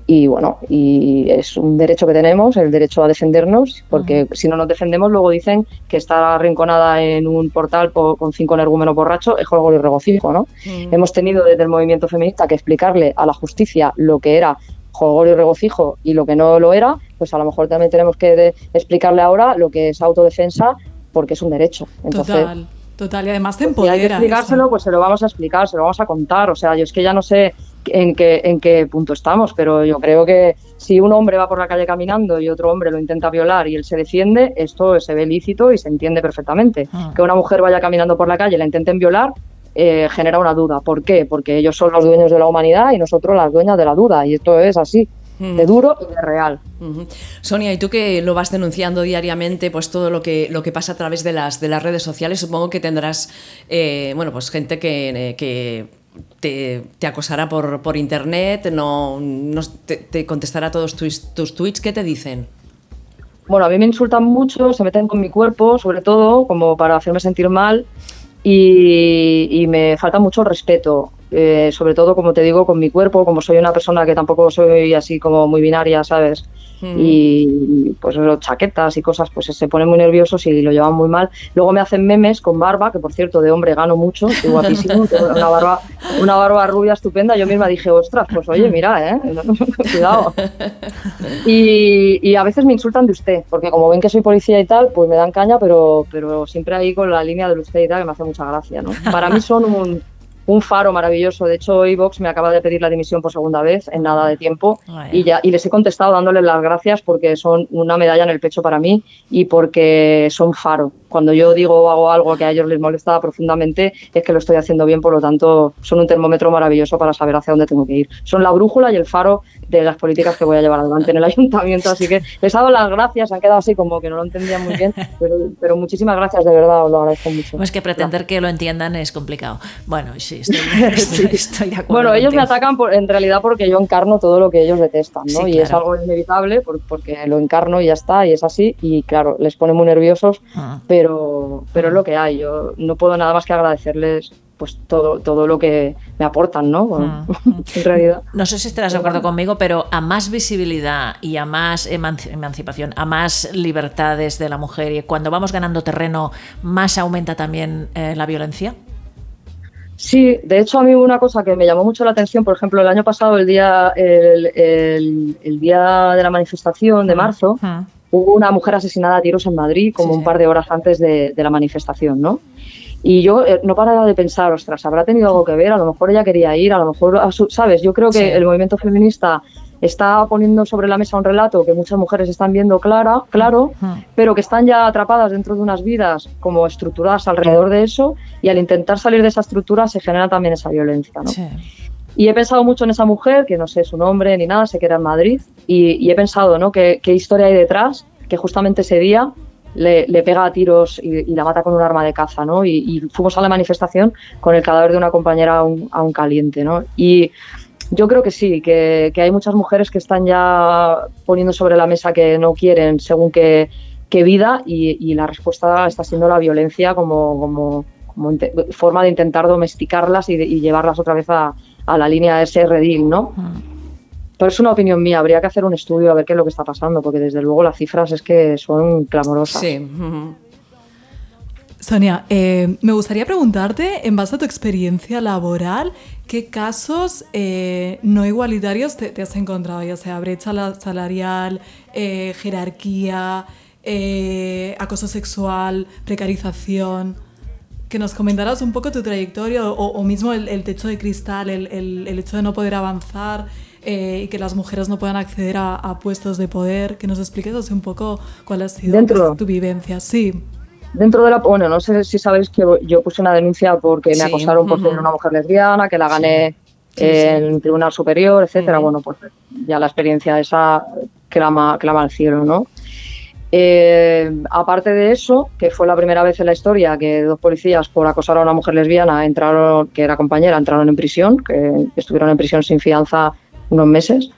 S5: y bueno, y es un derecho que tenemos, el derecho a defendernos, porque uh -huh. si no nos defendemos luego dicen que estar arrinconada en un portal por, con cinco energúmenos borrachos es juego y regocijo, ¿no? Uh -huh. Hemos tenido desde el movimiento feminista que explicarle a la justicia lo que era jolgorio y regocijo y lo que no lo era, pues a lo mejor también tenemos que explicarle ahora lo que es autodefensa porque es un derecho. Entonces,
S3: total, total, y además te empodera.
S5: Si hay que explicárselo, eso. pues se lo vamos a explicar, se lo vamos a contar, o sea, yo es que ya no sé en qué, en qué punto estamos, pero yo creo que si un hombre va por la calle caminando y otro hombre lo intenta violar y él se defiende, esto se ve lícito y se entiende perfectamente. Ah. Que una mujer vaya caminando por la calle y la intenten violar, eh, genera una duda. ¿Por qué? Porque ellos son los dueños de la humanidad y nosotros las dueñas de la duda. Y esto es así, mm. de duro y de real.
S1: Uh -huh. Sonia, y tú que lo vas denunciando diariamente, pues todo lo que, lo que pasa a través de las, de las redes sociales, supongo que tendrás, eh, bueno, pues gente que, eh, que te, te, acosará por, por internet, no, no te, te, contestará todos tus, tus tweets. ¿Qué te dicen?
S5: Bueno, a mí me insultan mucho, se meten con mi cuerpo, sobre todo, como para hacerme sentir mal. Y, y, me falta mucho respeto, eh, sobre todo como te digo con mi cuerpo, como soy una persona que tampoco soy así como muy binaria, ¿sabes? Mm. Y pues los chaquetas y cosas, pues se ponen muy nerviosos y lo llevan muy mal. Luego me hacen memes con barba, que por cierto de hombre gano mucho, estoy guapísimo, una barba, una barba rubia estupenda. Yo misma dije, ostras, pues oye, mira, ¿eh? cuidado. Y, y, a veces me insultan de usted, porque como ven que soy policía y tal, pues me dan caña, pero, pero siempre ahí con la línea de usted y tal, que me hace mucha gracia, ¿no? Para mí son un, un faro maravilloso. De hecho, hoy Vox me acaba de pedir la dimisión por segunda vez en nada de tiempo oh, yeah. y ya y les he contestado dándoles las gracias porque son una medalla en el pecho para mí y porque son faro. Cuando yo digo o hago algo que a ellos les molesta profundamente es que lo estoy haciendo bien, por lo tanto son un termómetro maravilloso para saber hacia dónde tengo que ir. Son la brújula y el faro de las políticas que voy a llevar adelante en el ayuntamiento, así que les he dado las gracias, han quedado así como que no lo entendían muy bien, pero, pero muchísimas gracias, de verdad, os lo agradezco mucho.
S2: Pues que pretender claro. que lo entiendan es complicado. Bueno, sí, estoy, estoy, estoy de acuerdo.
S5: Bueno, ellos me atacan por, en realidad porque yo encarno todo lo que ellos detestan, ¿no? Sí, y claro. es algo inevitable por, porque lo encarno y ya está, y es así, y claro, les pone muy nerviosos, ah. pero, pero es lo que hay. Yo no puedo nada más que agradecerles pues todo, todo lo que me aportan, ¿no? Bueno, uh -huh. en realidad.
S2: No sé si estarás de acuerdo conmigo, pero a más visibilidad y a más emanci emancipación, a más libertades de la mujer y cuando vamos ganando terreno, más aumenta también eh, la violencia.
S5: Sí, de hecho a mí una cosa que me llamó mucho la atención, por ejemplo, el año pasado, el día, el, el, el día de la manifestación de marzo, uh -huh. hubo una mujer asesinada a tiros en Madrid como sí, un par de horas antes de, de la manifestación, ¿no? Y yo eh, no paraba de pensar, ostras, habrá tenido algo que ver, a lo mejor ella quería ir, a lo mejor, ¿sabes? Yo creo que sí. el movimiento feminista está poniendo sobre la mesa un relato que muchas mujeres están viendo clara, claro, pero que están ya atrapadas dentro de unas vidas como estructuradas alrededor de eso y al intentar salir de esa estructura se genera también esa violencia. ¿no? Sí. Y he pensado mucho en esa mujer, que no sé su nombre ni nada, sé que era en Madrid, y, y he pensado ¿no? ¿Qué, qué historia hay detrás, que justamente ese día le, le, pega a tiros y, y, la mata con un arma de caza, ¿no? Y, y, fuimos a la manifestación con el cadáver de una compañera a un, a un caliente, ¿no? Y yo creo que sí, que, que, hay muchas mujeres que están ya poniendo sobre la mesa que no quieren según qué, qué vida y, y, la respuesta está siendo la violencia como, como, como forma de intentar domesticarlas y, de, llevarlas otra vez a, a la línea de ese redil, ¿no? Mm pero es una opinión mía, habría que hacer un estudio a ver qué es lo que está pasando, porque desde luego las cifras es que son clamorosas.
S1: Sí.
S3: Sonia, eh, me gustaría preguntarte, en base a tu experiencia laboral, ¿qué casos eh, no igualitarios te, te, has encontrado? Ya sea brecha salarial, eh, jerarquía, eh, acoso sexual, precarización. Que nos comentarás un poco tu trayectoria o, o mismo el, el techo de cristal, el, el- el hecho de no poder avanzar eh, y que las mujeres no puedan acceder a, a puestos de poder. Que nos expliques así un poco cuál ha sido
S5: Dentro.
S3: pues, tu vivencia. Sí.
S5: Dentro de la. Bueno, no sé si sabéis que yo puse una denuncia porque
S1: Sí,
S5: me acosaron por ser
S1: ujú.
S5: una mujer lesbiana, que la gané
S1: Sí,
S5: en tribunal superior, etcétera. Bueno, pues ya la experiencia esa clama, clama al cielo, ¿no? Eh, aparte de eso, que fue la primera vez en la historia que dos policías por acosar a una mujer lesbiana entraron, que era compañera, entraron en prisión, que estuvieron en prisión sin fianza unos meses.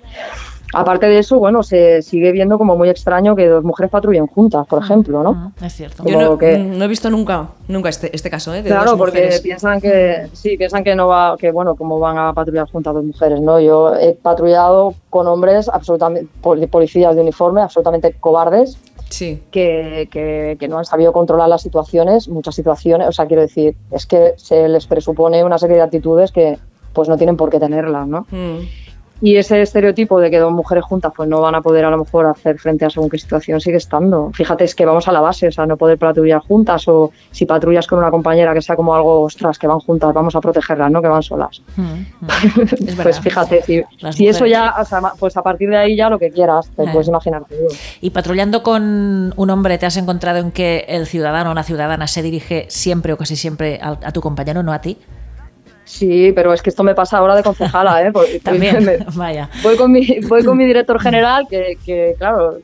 S5: Aparte de eso, bueno, se sigue viendo como muy extraño que dos mujeres patrullen juntas, por ejemplo, ¿no?
S2: Mm, Es cierto.
S1: Yo
S5: Como
S1: no, mm,
S5: que-
S1: no he visto nunca, nunca este, este caso, ¿eh? De
S5: Claro,
S1: dos
S5: porque
S1: mujeres.
S5: piensan que sí, piensan que no va, que bueno, cómo van a patrullar juntas dos mujeres, ¿no? Yo he patrullado con hombres absolutamente pol- policías de uniforme, absolutamente cobardes,
S1: Sí.
S5: que, que- que no han sabido controlar las situaciones, muchas situaciones, o sea, quiero decir, es que se les presupone una serie de actitudes que pues no tienen por qué tenerlas, ¿no?
S1: Mm.
S5: Y ese estereotipo de que dos mujeres juntas pues no van a poder a lo mejor hacer frente a según qué situación sigue estando. Fíjate, es que vamos a la base, o sea, no poder patrullar juntas o si patrullas con una compañera que sea como algo, ostras, que van juntas, vamos a protegerlas, no que van solas.
S2: Mm, mm. Es
S5: pues
S2: verdad.
S5: fíjate, si,
S2: Las
S5: si eso
S2: mujeres.
S5: ya, o sea, ma- pues a partir de ahí ya lo que quieras, te
S2: Ah.
S5: puedes imaginar. que digo.
S2: Y patrullando con un hombre, ¿te has encontrado en que el ciudadano o la ciudadana se dirige siempre o casi siempre al- a, tu compañero, no a ti?
S5: Sí, pero es que esto me pasa ahora de concejala, ¿eh? Porque-
S2: También,
S5: me-
S2: vaya.
S5: voy con mi, voy con mi director general, que, que, claro,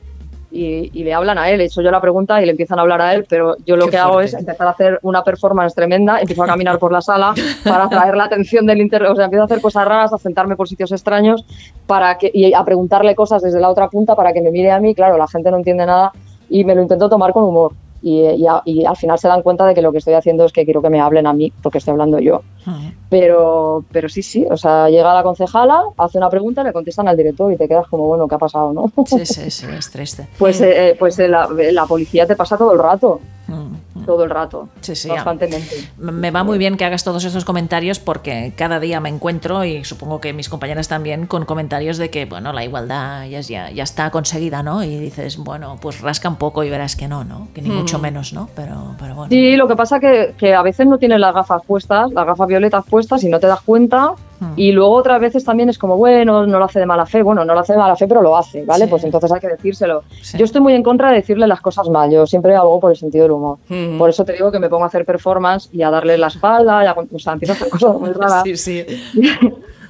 S5: y, y le hablan a él. He hecho yo la pregunta y le empiezan a hablar a él, pero yo lo
S2: Qué
S5: que hago
S2: fuerte.
S5: es empezar a hacer una performance tremenda, empiezo a caminar por la sala para atraer la atención del inter... O sea, empiezo a hacer cosas raras, a sentarme por sitios extraños para que, y a preguntarle cosas desde la otra punta para que me mire a mí. Claro, la gente no entiende nada y me lo intento tomar con humor. Y, eh, y a- y al final se dan cuenta de que lo que estoy haciendo es que quiero que me hablen a mí, porque estoy hablando yo.
S2: Mm.
S5: Pero, pero sí, sí, o sea, llega la concejala, hace una pregunta, le contestan al director y te quedas como, bueno, ¿qué ha pasado, no?
S2: Sí, sí, sí, es triste.
S5: Pues, eh, eh, pues eh, la, eh, la policía te pasa todo el rato,
S2: Mm, mm.
S5: todo el rato,
S2: Sí, sí, ya.
S5: constantemente.
S2: Me va muy bien que hagas todos esos comentarios porque cada día me encuentro y supongo que mis compañeras también con comentarios de que, bueno, la igualdad ya, es- ya, ya está conseguida, ¿no? Y dices, bueno, pues rasca un poco y verás que no, ¿no? Que ni mucho menos, ¿no? Pero, pero bueno.
S5: Sí, lo que pasa que, que a veces no tienes las gafas puestas, las gafas violetas puestas y no te das cuenta.
S2: Mm.
S5: Y luego otras veces también es como, bueno, no lo hace de mala fe, bueno, no lo hace de mala fe, pero lo hace, ¿vale?
S2: Sí.
S5: Pues entonces hay que decírselo.
S2: Sí.
S5: Yo estoy muy en contra de decirle las cosas mal, yo siempre hago por el sentido del humor.
S1: Mm.
S5: Por eso te digo que me pongo a hacer performance y a darle la espalda, y a, o sea, empiezo a hacer cosas muy raras.
S1: mm. Sí, sí.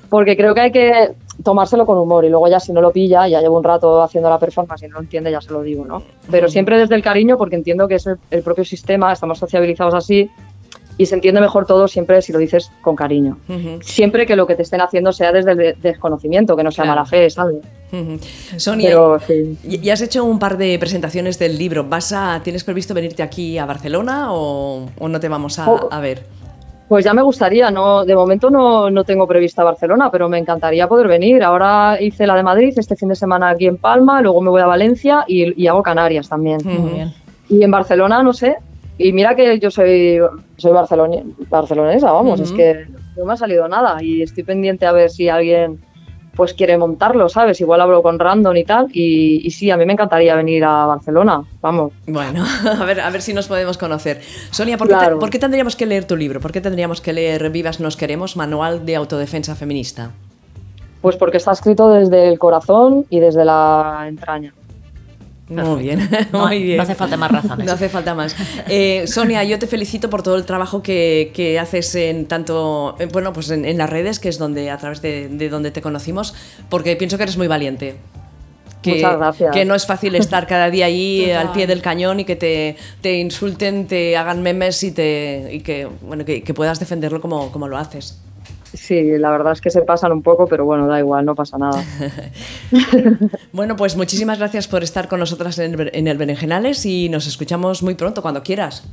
S5: Porque creo que hay que tomárselo con humor y luego ya si no lo pilla, ya llevo un rato haciendo la performance y no lo entiende, ya se lo digo, ¿no? Pero siempre desde el cariño porque entiendo que es el, el propio sistema, estamos sociabilizados así y se entiende mejor todo siempre si lo dices con cariño.
S1: Ujú.
S5: Siempre que lo que te estén haciendo sea desde el de- desconocimiento, que no sea
S1: Claro.
S5: mala fe, ¿sabes?
S1: Ujú. Sonia,
S5: Pero sí.
S1: y- ya has hecho un par de presentaciones del libro. ¿Vas a, ¿Tienes previsto venirte aquí a Barcelona o, o no te vamos a,
S5: Oh.
S1: a ver?
S5: Pues ya me gustaría, no, de momento no, no tengo prevista Barcelona, pero me encantaría poder venir. Ahora hice la de Madrid, este fin de semana aquí en Palma, luego me voy a Valencia y, y hago Canarias también.
S2: Muy bien.
S5: Y en Barcelona, no sé. Y mira que yo soy, soy barceloni- barcelonesa, vamos, es
S1: Ujú.
S5: que no me ha salido nada y estoy pendiente a ver si alguien pues quiere montarlo, ¿sabes? Igual hablo con Random y tal. Y, y sí, a mí me encantaría venir a Barcelona, vamos.
S1: Bueno, a ver, a ver si nos podemos conocer. Sonia, ¿por qué, te-
S5: Claro.
S1: por qué tendríamos que leer tu libro? ¿Por qué tendríamos que leer Vivas nos queremos, manual de autodefensa feminista?
S5: Pues porque está escrito desde el corazón y desde la entraña.
S1: Muy bien,
S2: No,
S1: muy bien.
S2: no hace falta más razones.
S1: No hace falta más. Eh, Sonia, yo te felicito por todo el trabajo que, que haces en tanto, eh, bueno, pues en, en las redes, que es donde a través de, de donde te conocimos, porque pienso que eres muy valiente. Que,
S5: Muchas gracias.
S1: que no es fácil estar cada día ahí eh, al
S3: Total.
S1: pie del cañón y que te, te insulten, te hagan memes y, te, y que, bueno, que, que puedas defenderlo como, como lo haces.
S5: Sí, la verdad es que se pasan un poco, pero bueno, da igual, no pasa nada.
S1: Bueno, pues muchísimas gracias por estar con nosotras en, el Ber- en el Berenjenales y nos escuchamos muy pronto, cuando quieras.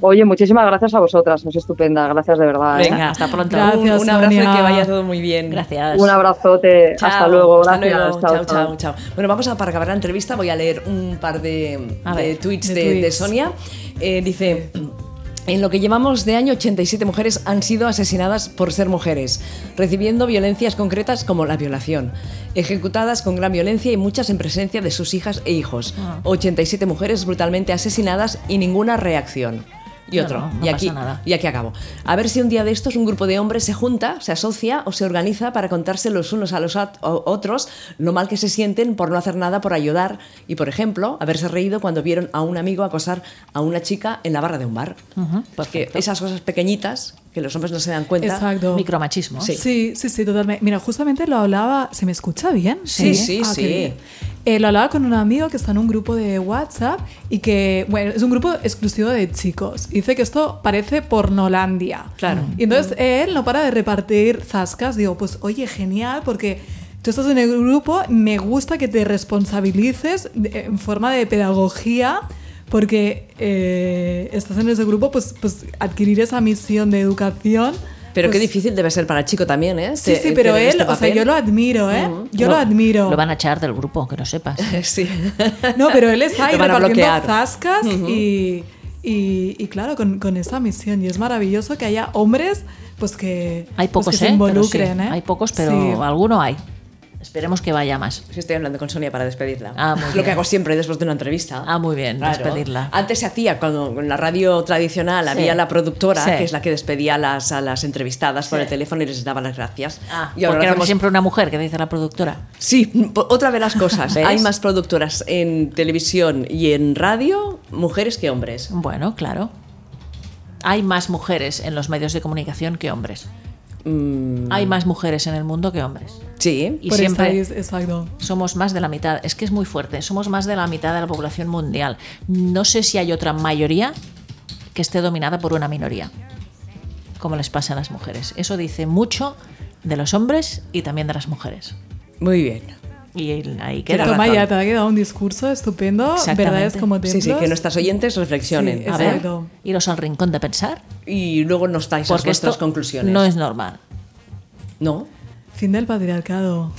S5: Oye, muchísimas gracias a vosotras, sois estupenda, gracias de verdad. ¿eh?
S1: Venga,
S2: hasta pronto.
S1: Un-
S3: Gracias,
S1: un, abrazo y
S3: Sonia.
S1: que vaya todo muy bien.
S2: Gracias.
S5: Un abrazote,
S1: Chao,
S5: hasta luego,
S1: hasta
S5: gracias.
S1: luego. Chao, chao, chao. Bueno, vamos a para acabar la entrevista. Voy a leer un par de,
S2: A
S1: de
S2: ver,
S1: tweets
S3: de
S1: de, de
S3: tweets.
S1: Sonia. Eh, dice. En lo que llevamos de año, 87 mujeres han sido asesinadas por ser mujeres, recibiendo violencias concretas como la violación, ejecutadas con gran violencia y muchas en presencia de sus hijas e hijos. 87 mujeres brutalmente asesinadas y ninguna reacción. Y
S2: No,
S1: otro.
S2: no, no
S1: y,
S2: pasa
S1: aquí,
S2: nada.
S1: y aquí acabo. A ver si un día de estos un grupo de hombres se junta, se asocia o se organiza para contarse los unos a los at- o- otros lo mal que se sienten por no hacer nada por ayudar y, por ejemplo, haberse reído cuando vieron a un amigo acosar a una chica en la barra de un bar. Porque esas cosas pequeñitas que los hombres no se dan cuenta.
S3: Exacto.
S2: Micromachismo.
S1: Sí.
S3: Sí, sí, sí, totalmente. Mira, justamente lo hablaba. ¿Se me escucha bien?
S1: Sí, sí,
S3: Ah,
S1: sí.
S3: qué bien. Eh, lo hablaba con un amigo que está en un grupo de WhatsApp y que, bueno, es un grupo exclusivo de chicos. Y dice que esto parece pornolandia.
S1: Claro.
S3: Y entonces él no para de repartir zascas. Digo, pues oye, genial, porque tú estás en el grupo, me gusta que te responsabilices de- en forma de pedagogía. Porque eh, estás en ese grupo, pues, pues adquirir esa misión de educación.
S1: Pero qué
S3: pues,
S1: difícil debe ser para el chico también, ¿eh?
S3: Sí,
S1: Te-
S3: sí, pero
S1: tener
S3: él,
S1: este
S3: o sea,
S1: papel.
S3: yo lo admiro, ¿eh? Yo lo admiro.
S2: Lo van a echar del grupo, que lo sepas.
S1: Sí.
S3: No, pero él está ahí
S1: Lo van a
S3: repartiendo
S1: bloquear.
S3: zascas y, y, y claro, con, con esa misión. Y es maravilloso que haya hombres pues que,
S2: Hay
S3: pues,
S2: pocos,
S3: que se
S2: ¿eh? Pero sí,
S3: involucren, ¿eh?
S2: Hay pocos, pero
S3: Sí.
S2: alguno hay. Esperemos que vaya más.
S1: Sí, estoy hablando con Sonia para despedirla.
S2: Ah, muy
S1: lo
S2: bien.
S1: que hago siempre después de una entrevista.
S2: Ah, muy bien, despedirla.
S1: Antes se hacía, cuando en la radio tradicional había la productora,
S2: Sí.
S1: que es la que despedía a las, a las entrevistadas por
S2: Sí.
S1: el teléfono y les daba las gracias.
S2: Ah,
S1: y ahora
S2: porque
S1: lo
S2: era
S1: hacemos-
S2: siempre una mujer que dice la productora.
S1: Sí, po- otra de las cosas.
S2: ¿Ves?
S1: Hay más productoras en televisión y en radio, mujeres que hombres.
S2: Bueno, claro. Hay más mujeres en los medios de comunicación que hombres.
S1: Mm,
S2: Hay más mujeres en el mundo que hombres.
S1: sí.
S2: Y
S3: Por
S2: siempre
S3: esta- exacto.
S2: somos más de la mitad. Es que es muy fuerte. Somos más de la mitad de la población mundial. No sé si hay otra mayoría que esté dominada por una minoría, como les pasa a las mujeres. Eso dice mucho de los hombres y también de las mujeres.
S1: Muy bien.
S2: Y ahí
S1: Tiene
S2: queda.
S3: Toma
S1: razón.
S3: ya, te ha quedado un discurso estupendo,
S2: Exactamente.
S3: verdades como
S1: Sí,
S3: templos.
S1: sí, que nuestras oyentes reflexionen.
S3: Sí,
S2: A
S1: a
S2: ver,
S1: ver,
S3: Exacto.
S2: iros al rincón de pensar,
S1: y luego nos dais
S2: porque
S1: vuestras
S2: esto
S1: conclusiones.
S2: no es normal.
S1: ¿No?
S3: Fin del patriarcado.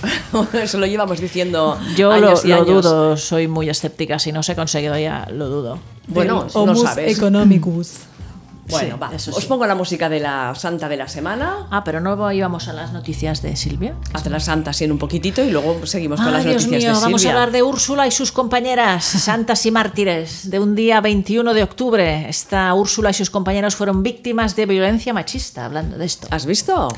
S1: Eso lo llevamos diciendo.
S2: Yo lo,
S1: años y
S2: lo
S1: años.
S2: dudo, soy muy escéptica. Si no se ha conseguido ya, lo dudo.
S1: Bueno,
S3: Del
S1: no
S3: Homus
S1: sabes.
S3: economicus.
S1: Bueno,
S2: Sí,
S1: va.
S2: eso
S1: Os
S2: sí.
S1: pongo la música de la Santa de la semana.
S2: Ah, pero no íbamos a las noticias de Silvia.
S1: Hasta la Santa, sí, en un poquitito, y luego seguimos con
S2: Ay,
S1: las
S2: Ah, Dios
S1: noticias
S2: mío,
S1: de
S2: vamos a
S1: Silvia.
S2: hablar de Úrsula y sus compañeras, santas y mártires, de un día 21 de octubre. Esta Úrsula y sus compañeros fueron víctimas de violencia machista, hablando de esto.
S1: ¿Has visto?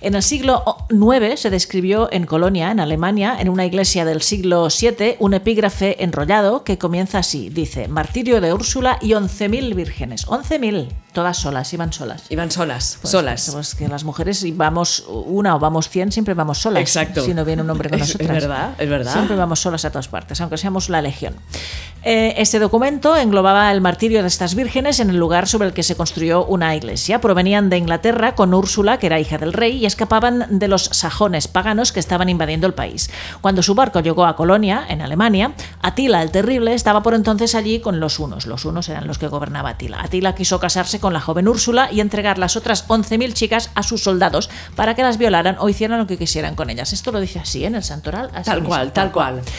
S2: En el siglo IX se describió en Colonia, en Alemania, en una iglesia del siglo VII, un epígrafe enrollado que comienza así. Dice, martirio de Úrsula y 11.000 vírgenes. 11.000, todas solas, iban solas.
S1: Iban solas,
S2: Pues,
S1: solas.
S2: pues que las mujeres si vamos una o vamos 100 siempre vamos solas.
S1: Exacto.
S2: Si no viene un hombre con
S1: Es- es
S2: nosotras.
S1: verdad, es verdad.
S2: Siempre vamos solas a todas partes, aunque seamos la legión. Eh, este documento englobaba el martirio de estas vírgenes en el lugar sobre el que se construyó una iglesia. Provenían de Inglaterra con Úrsula, que era hija del rey, y escapaban de los sajones paganos que estaban invadiendo el país. Cuando su barco llegó a Colonia, en Alemania, Atila el Terrible estaba por entonces allí con los unos. Los unos eran los que gobernaba Atila. Atila quiso casarse con la joven Úrsula y entregar las otras 11.000 chicas a sus soldados para que las violaran o hicieran lo que quisieran con ellas. Esto lo dice así en el santoral. así
S1: Tal
S2: mismo,
S1: cual, tal cual.
S2: pues.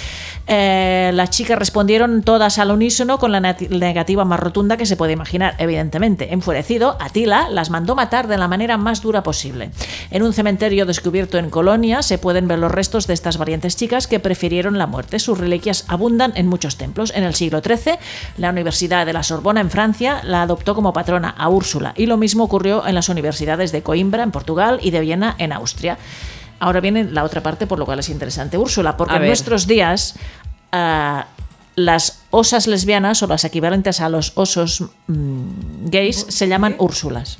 S2: eh, las chicas respondieron todas al unísono con la nati- negativa más rotunda que se puede imaginar, evidentemente. Enfurecido, Atila las mandó matar de la manera más dura posible. En un cementerio descubierto en Colonia se pueden ver los restos de estas valientes chicas que prefirieron la muerte. Sus reliquias abundan en muchos templos. En el siglo XIII, la Universidad de la Sorbona en Francia la adoptó como patrona a Úrsula y lo mismo ocurrió en las universidades de Coimbra en Portugal y de Viena en Austria. Ahora viene la otra parte por lo cual es interesante Úrsula, porque
S1: A
S2: en
S1: ver.
S2: nuestro nuestros días ah, las osas lesbianas o las equivalentes a los osos mm, gays se llaman Úrsulas.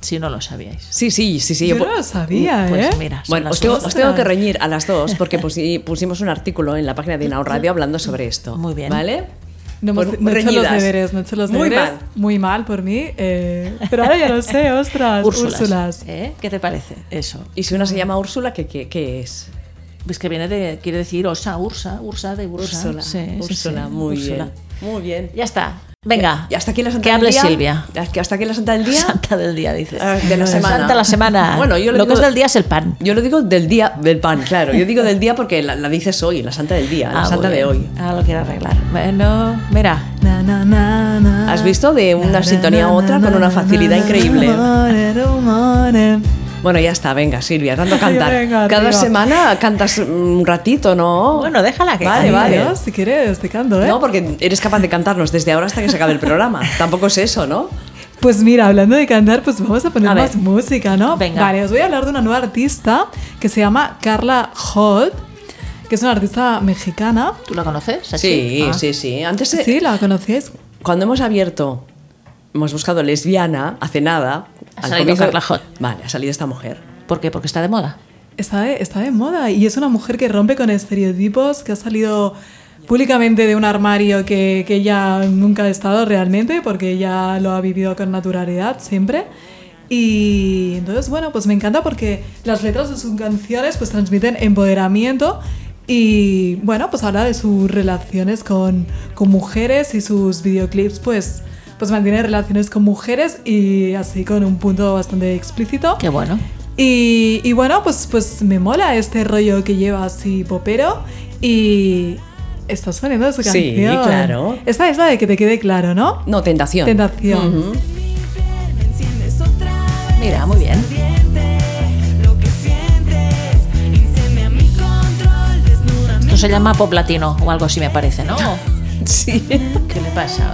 S2: Si no lo sabíais.
S1: Sí, sí, sí, sí.
S3: Yo
S1: yo-
S3: no lo sabía,
S2: Pues
S3: ¿eh?
S2: mira, son
S1: Bueno,
S2: las
S1: os tengo,
S2: Úrsulas.
S1: os tengo que reñir a las dos porque pusi- pusimos un artículo en la página de Inao Radio hablando sobre esto.
S2: Muy bien.
S1: ¿Vale?
S3: No, hemos-
S1: Pues
S3: no he hecho los
S1: reñidas.
S3: deberes, no he hecho los
S1: Muy
S3: deberes.
S1: mal.
S3: Muy mal por mí. eh, pero ahora ya lo sé, ostras.
S2: Úrsulas.
S3: Úrsulas.
S2: ¿Eh? ¿Qué te parece eso?
S1: Y si una se llama Úrsula, ¿qué, qué, qué es?
S2: Pues que viene de, quiere decir osa, ursa, ursa de ursa.
S1: Úrsula.
S2: Sí, sí,
S1: Úrsula,
S2: sí,
S1: muy
S2: Úrsula.
S1: bien. Muy bien.
S2: Ya está. Venga.
S1: Y hasta aquí la Santa
S2: Que
S1: del
S2: hable
S1: Día.
S2: Silvia.
S1: Que Hasta aquí la Santa del Día.
S2: Santa del día, dices.
S1: Ah, de la semana.
S2: Santa la semana.
S1: Bueno, yo lo
S2: lo que
S1: digo-
S2: es del día es el pan.
S1: Yo lo digo del día del pan, claro. Yo digo del día porque la, la dices hoy, la Santa del Día, la
S2: Ah,
S1: Santa
S2: muy
S1: de
S2: bien.
S1: hoy.
S2: Ah, lo quiero arreglar. Bueno, mira.
S3: Na, na, na, na.
S1: ¿Has visto? De una
S3: Na,
S1: sintonía a
S3: na,
S1: otra
S3: na,
S1: con una
S3: na,
S1: facilidad
S3: na,
S1: increíble.
S3: rumore, rumore.
S1: Bueno, ya está, venga, Silvia, tanto cantar.
S3: Venga,
S1: Cada
S3: tío.
S1: semana cantas un ratito, ¿no?
S2: Bueno, déjala que
S1: Vale,
S2: cante.
S1: vale.
S3: Yo, si quieres, te canto, ¿eh?
S1: No, porque eres capaz de cantarnos desde ahora hasta que se acabe el programa. Tampoco es eso, ¿no?
S3: Pues mira, hablando de cantar, pues vamos a poner
S2: A ver.
S3: más música, ¿no?
S2: Venga.
S3: Vale, os voy a hablar de una nueva artista que se llama Carla Holt, que es una artista mexicana.
S2: ¿Tú la conoces?
S1: Sí,
S2: Ah.
S1: sí, sí. Antes, de-
S3: Sí, ¿la conocéis?
S1: cuando hemos abierto, hemos buscado lesbiana hace nada.
S2: Ha
S1: al
S2: salido Carla Hot.
S1: Vale, ha salido esta mujer.
S2: ¿Por qué? Porque está de moda.
S3: Está de, está de moda y es una mujer que rompe con estereotipos, que ha salido públicamente de un armario que, que ella nunca ha estado realmente, porque ella lo ha vivido con naturalidad siempre. Y entonces, bueno, pues me encanta porque las letras de sus canciones pues transmiten empoderamiento y, bueno, pues habla de sus relaciones con, con mujeres y sus videoclips pues, pues mantiene relaciones con mujeres y así con un punto bastante explícito.
S2: Qué bueno.
S3: Y, y bueno, pues, pues me mola este rollo que lleva así popero y está sonando esa
S1: Sí,
S3: canción.
S1: claro.
S3: Esta es la de que te quede claro, ¿no?
S1: No, tentación.
S3: Tentación.
S1: Ujú.
S2: Mira, muy bien. Esto se llama pop latino o algo así me parece, ¿no?
S1: Sí.
S2: ¿Qué le pasa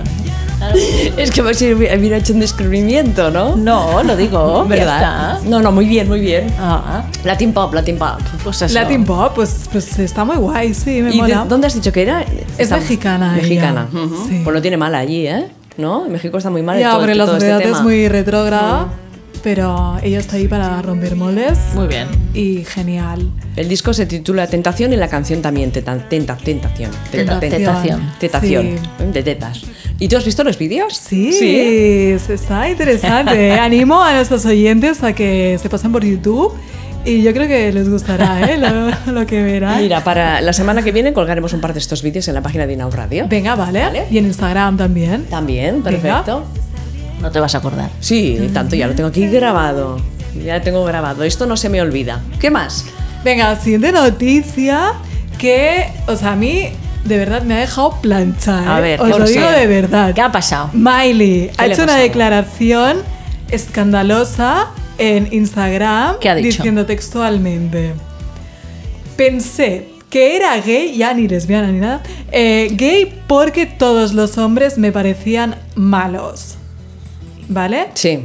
S2: ahora?
S1: Es que me si hubiera hecho un descubrimiento, ¿no?
S2: No, lo digo,
S1: ¿Verdad?
S2: ¿verdad?
S1: No, no, muy bien, muy bien.
S2: Ah,
S1: Latin pop, Latin pop.
S2: pues eso.
S3: Latin Pop, pues, pues está muy guay, sí, me
S1: ¿Y de-
S3: mola.
S1: dónde has dicho que era? Está-
S3: mexicana ella.
S1: Mexicana. ujú.
S3: Sí.
S1: Pues lo tiene mal allí, ¿eh? ¿No? En México está muy mal.
S3: ya,
S1: todo,
S3: porque la
S1: todo este
S3: sociedad
S1: tema.
S3: es muy retrógrada, pero ella está ahí para romper moldes
S2: Muy bien.
S3: y genial.
S1: El disco se titula Tentación y la canción también Tenta, tenta Tentación. Tenta,
S2: Tentación.
S1: Tentación.
S3: Sí.
S1: De tetas. ¿Y tú has visto los vídeos?
S3: Sí, está interesante. ¿eh? Animo a nuestros oyentes a que se pasen por YouTube y yo creo que les gustará ¿eh? lo, lo que verán.
S1: Mira, para la semana que viene colgaremos un par de estos vídeos en la página de Inau Radio.
S3: Venga, ¿vale? Y en Instagram también.
S1: También, perfecto.
S2: No te vas a acordar.
S1: Sí, tanto ya lo tengo aquí grabado. Ya lo tengo grabado. Esto no se me olvida. ¿Qué más?
S3: Venga, siguiente noticia que, o sea, a mí de verdad me ha dejado planchar.
S2: A
S3: ¿eh?
S2: ver,
S3: os
S2: ¿qué
S3: lo
S2: os
S3: digo
S2: pasa?
S3: de verdad.
S2: ¿Qué ha pasado?
S3: Miley ha
S2: le ha
S3: hecho una
S2: pasado?
S3: declaración escandalosa en Instagram
S2: ¿Qué ha dicho?
S3: diciendo textualmente. Pensé que era gay, ya ni lesbiana ni nada, eh, gay porque todos los hombres me parecían malos. ¿Vale?
S1: Sí.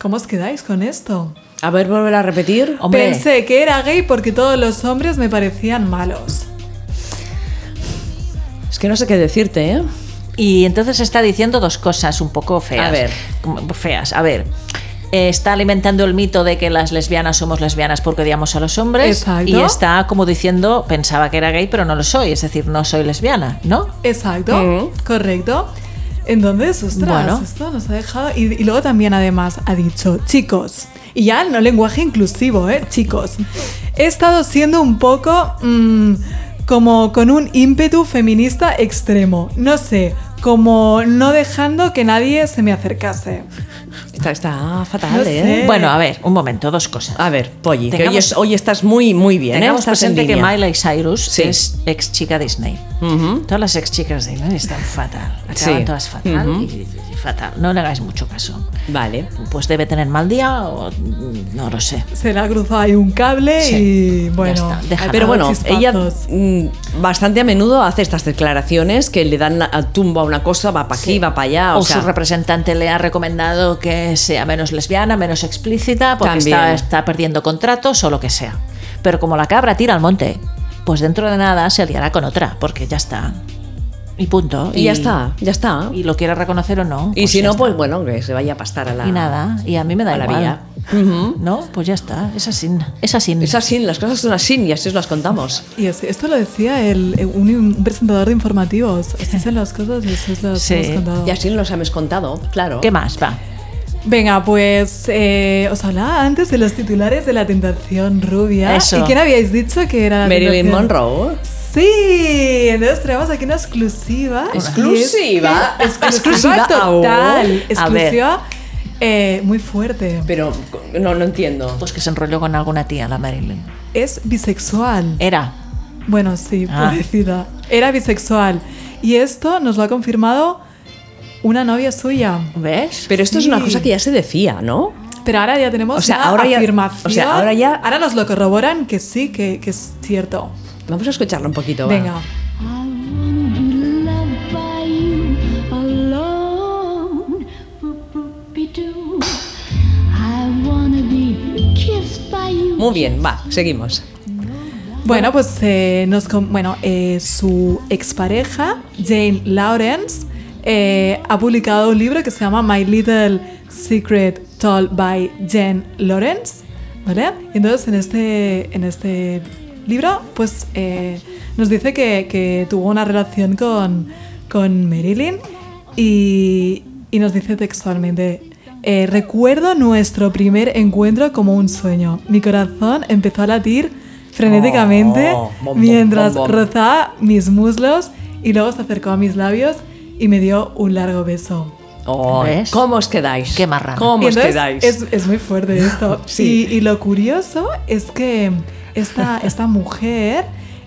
S3: ¿Cómo os quedáis con esto?
S1: A ver, volver a repetir.
S3: Oh.
S2: Hombre.
S3: Pensé que era gay porque todos los hombres me parecían malos.
S1: Es que no sé qué decirte, ¿eh?
S2: Y entonces está diciendo dos cosas un poco feas.
S1: A ver.
S2: Como- Feas, a ver. Eh, Está alimentando el mito de que las lesbianas somos lesbianas porque odiamos a los hombres.
S3: Exacto.
S2: Y está como diciendo, pensaba que era gay, pero no lo soy. Es decir, no soy lesbiana, ¿no?
S3: Exacto, correcto. Entonces, ostras,
S2: Mm. Bueno.
S3: esto nos ha dejado. Y, y luego también, además, ha dicho, chicos, y ya no lenguaje inclusivo, ¿eh? Chicos, he estado siendo un poco mm, como con un ímpetu feminista extremo. No sé, como no dejando que nadie se me acercase.
S1: Está, está fatal,
S3: No
S1: ¿eh?
S3: sé.
S2: Bueno, a ver, un momento, dos cosas.
S1: A ver, Polly, que hoy,
S2: Tengamos-
S1: es- hoy estás muy, muy bien, ¿eh?
S2: Tengamos
S1: Estás en
S2: presente que
S1: línea.
S2: Miley Cyrus
S1: Sí.
S2: es ex chica Disney. Todas las ex chicas de Disney están fatal. Acaban
S1: Sí.
S2: todas fatal
S1: Ujú.
S2: y- y fatal. No le hagáis mucho caso.
S1: Vale.
S2: Pues debe tener mal día o no lo sé.
S3: Se le ha cruzado ahí un cable
S2: Sí,
S3: y
S2: ya
S3: bueno.
S2: está, déjala.
S3: ha
S1: Pero
S3: pegado
S1: bueno, ella
S3: chispazos.
S1: mm, bastante a menudo hace estas declaraciones que le dan a- tumbo a una cosa, va para aquí, va para allá. Ah, O,
S2: O,
S1: sea,
S2: su representante le ha recomendado que sea menos lesbiana, menos explícita, porque
S1: También.
S2: está, está perdiendo contratos o lo que sea. Pero como la cabra tira al monte, pues dentro de nada se aliará con otra, porque ya está. Y punto.
S1: y ya está, ya está. Y,
S2: Y lo quiera reconocer o no. pues
S1: si
S2: ya
S1: no,
S2: está.
S1: pues bueno, que se vaya a pastar a la.
S2: Y nada, y a mí me da
S1: A la
S2: igual.
S1: vía.
S2: No, pues ya está, es así. Es así.
S1: Es así, las cosas son así y así os las contamos.
S3: Y así- esto lo decía el, eh, un, un presentador de informativos. Así son las cosas y así es las
S2: Sí.
S3: hemos contado.
S1: Y así nos habéis contado, claro.
S2: ¿Qué más? Va.
S3: Venga, pues eh, os hablaba antes de los titulares de la tentación rubia.
S2: Eso.
S3: ¿Y quién habíais dicho que era la
S1: Marilyn
S3: tentación?
S1: Monroe.
S3: Sí, Sí, entonces traemos aquí una exclusiva. Y es que-
S1: Exclusiva.
S3: exclusiva total.
S2: oh. A ver.
S3: Exclusiva eh, muy fuerte.
S1: Pero no, no entiendo.
S2: Pues que se enrolló con alguna tía, la Marilyn.
S3: Es bisexual.
S2: Era.
S3: Bueno, sí,
S2: Ah.
S3: parecida. Era bisexual. Y esto nos lo ha confirmado una novia suya.
S2: ¿Ves?
S1: Pero esto es una
S3: Sí.
S1: cosa que ya se decía, ¿no?
S3: Pero ahora ya tenemos
S1: O sea,
S3: la
S1: ahora ya-
S3: afirmación.
S1: o sea, ahora ya-
S3: Ahora nos lo corroboran que sí, que, que es cierto.
S1: Vamos a escucharlo un poquito. va.
S3: Venga.
S6: I wanna be loved by you alone. Boop-boop-be-doo. I wanna be kissed by you.
S1: Muy bien, va, seguimos.
S3: Bueno, pues eh, nos com- bueno, eh, su expareja, Jane Lawrence, eh, ha publicado un libro que se llama My Little Secret Told by Jane Lawrence, ¿vale? Entonces, en este, en este libro, pues eh, nos dice que, que tuvo una relación con, con Marilyn y, y nos dice textualmente, eh, recuerdo nuestro primer encuentro como un sueño. Mi corazón empezó a latir frenéticamente
S1: Oh, bom, bom,
S3: mientras
S1: bom, bom.
S3: rozaba mis muslos y luego se acercó a mis labios y me dio un largo beso.
S1: Oh,
S2: ¿Ves?
S1: ¿Cómo os quedáis?
S2: Qué marrana.
S1: ¿Cómo
S3: Y
S1: os
S3: entonces
S1: quedáis?
S3: Es, es muy fuerte esto.
S1: Sí.
S3: y, y lo curioso es que esta, esta mujer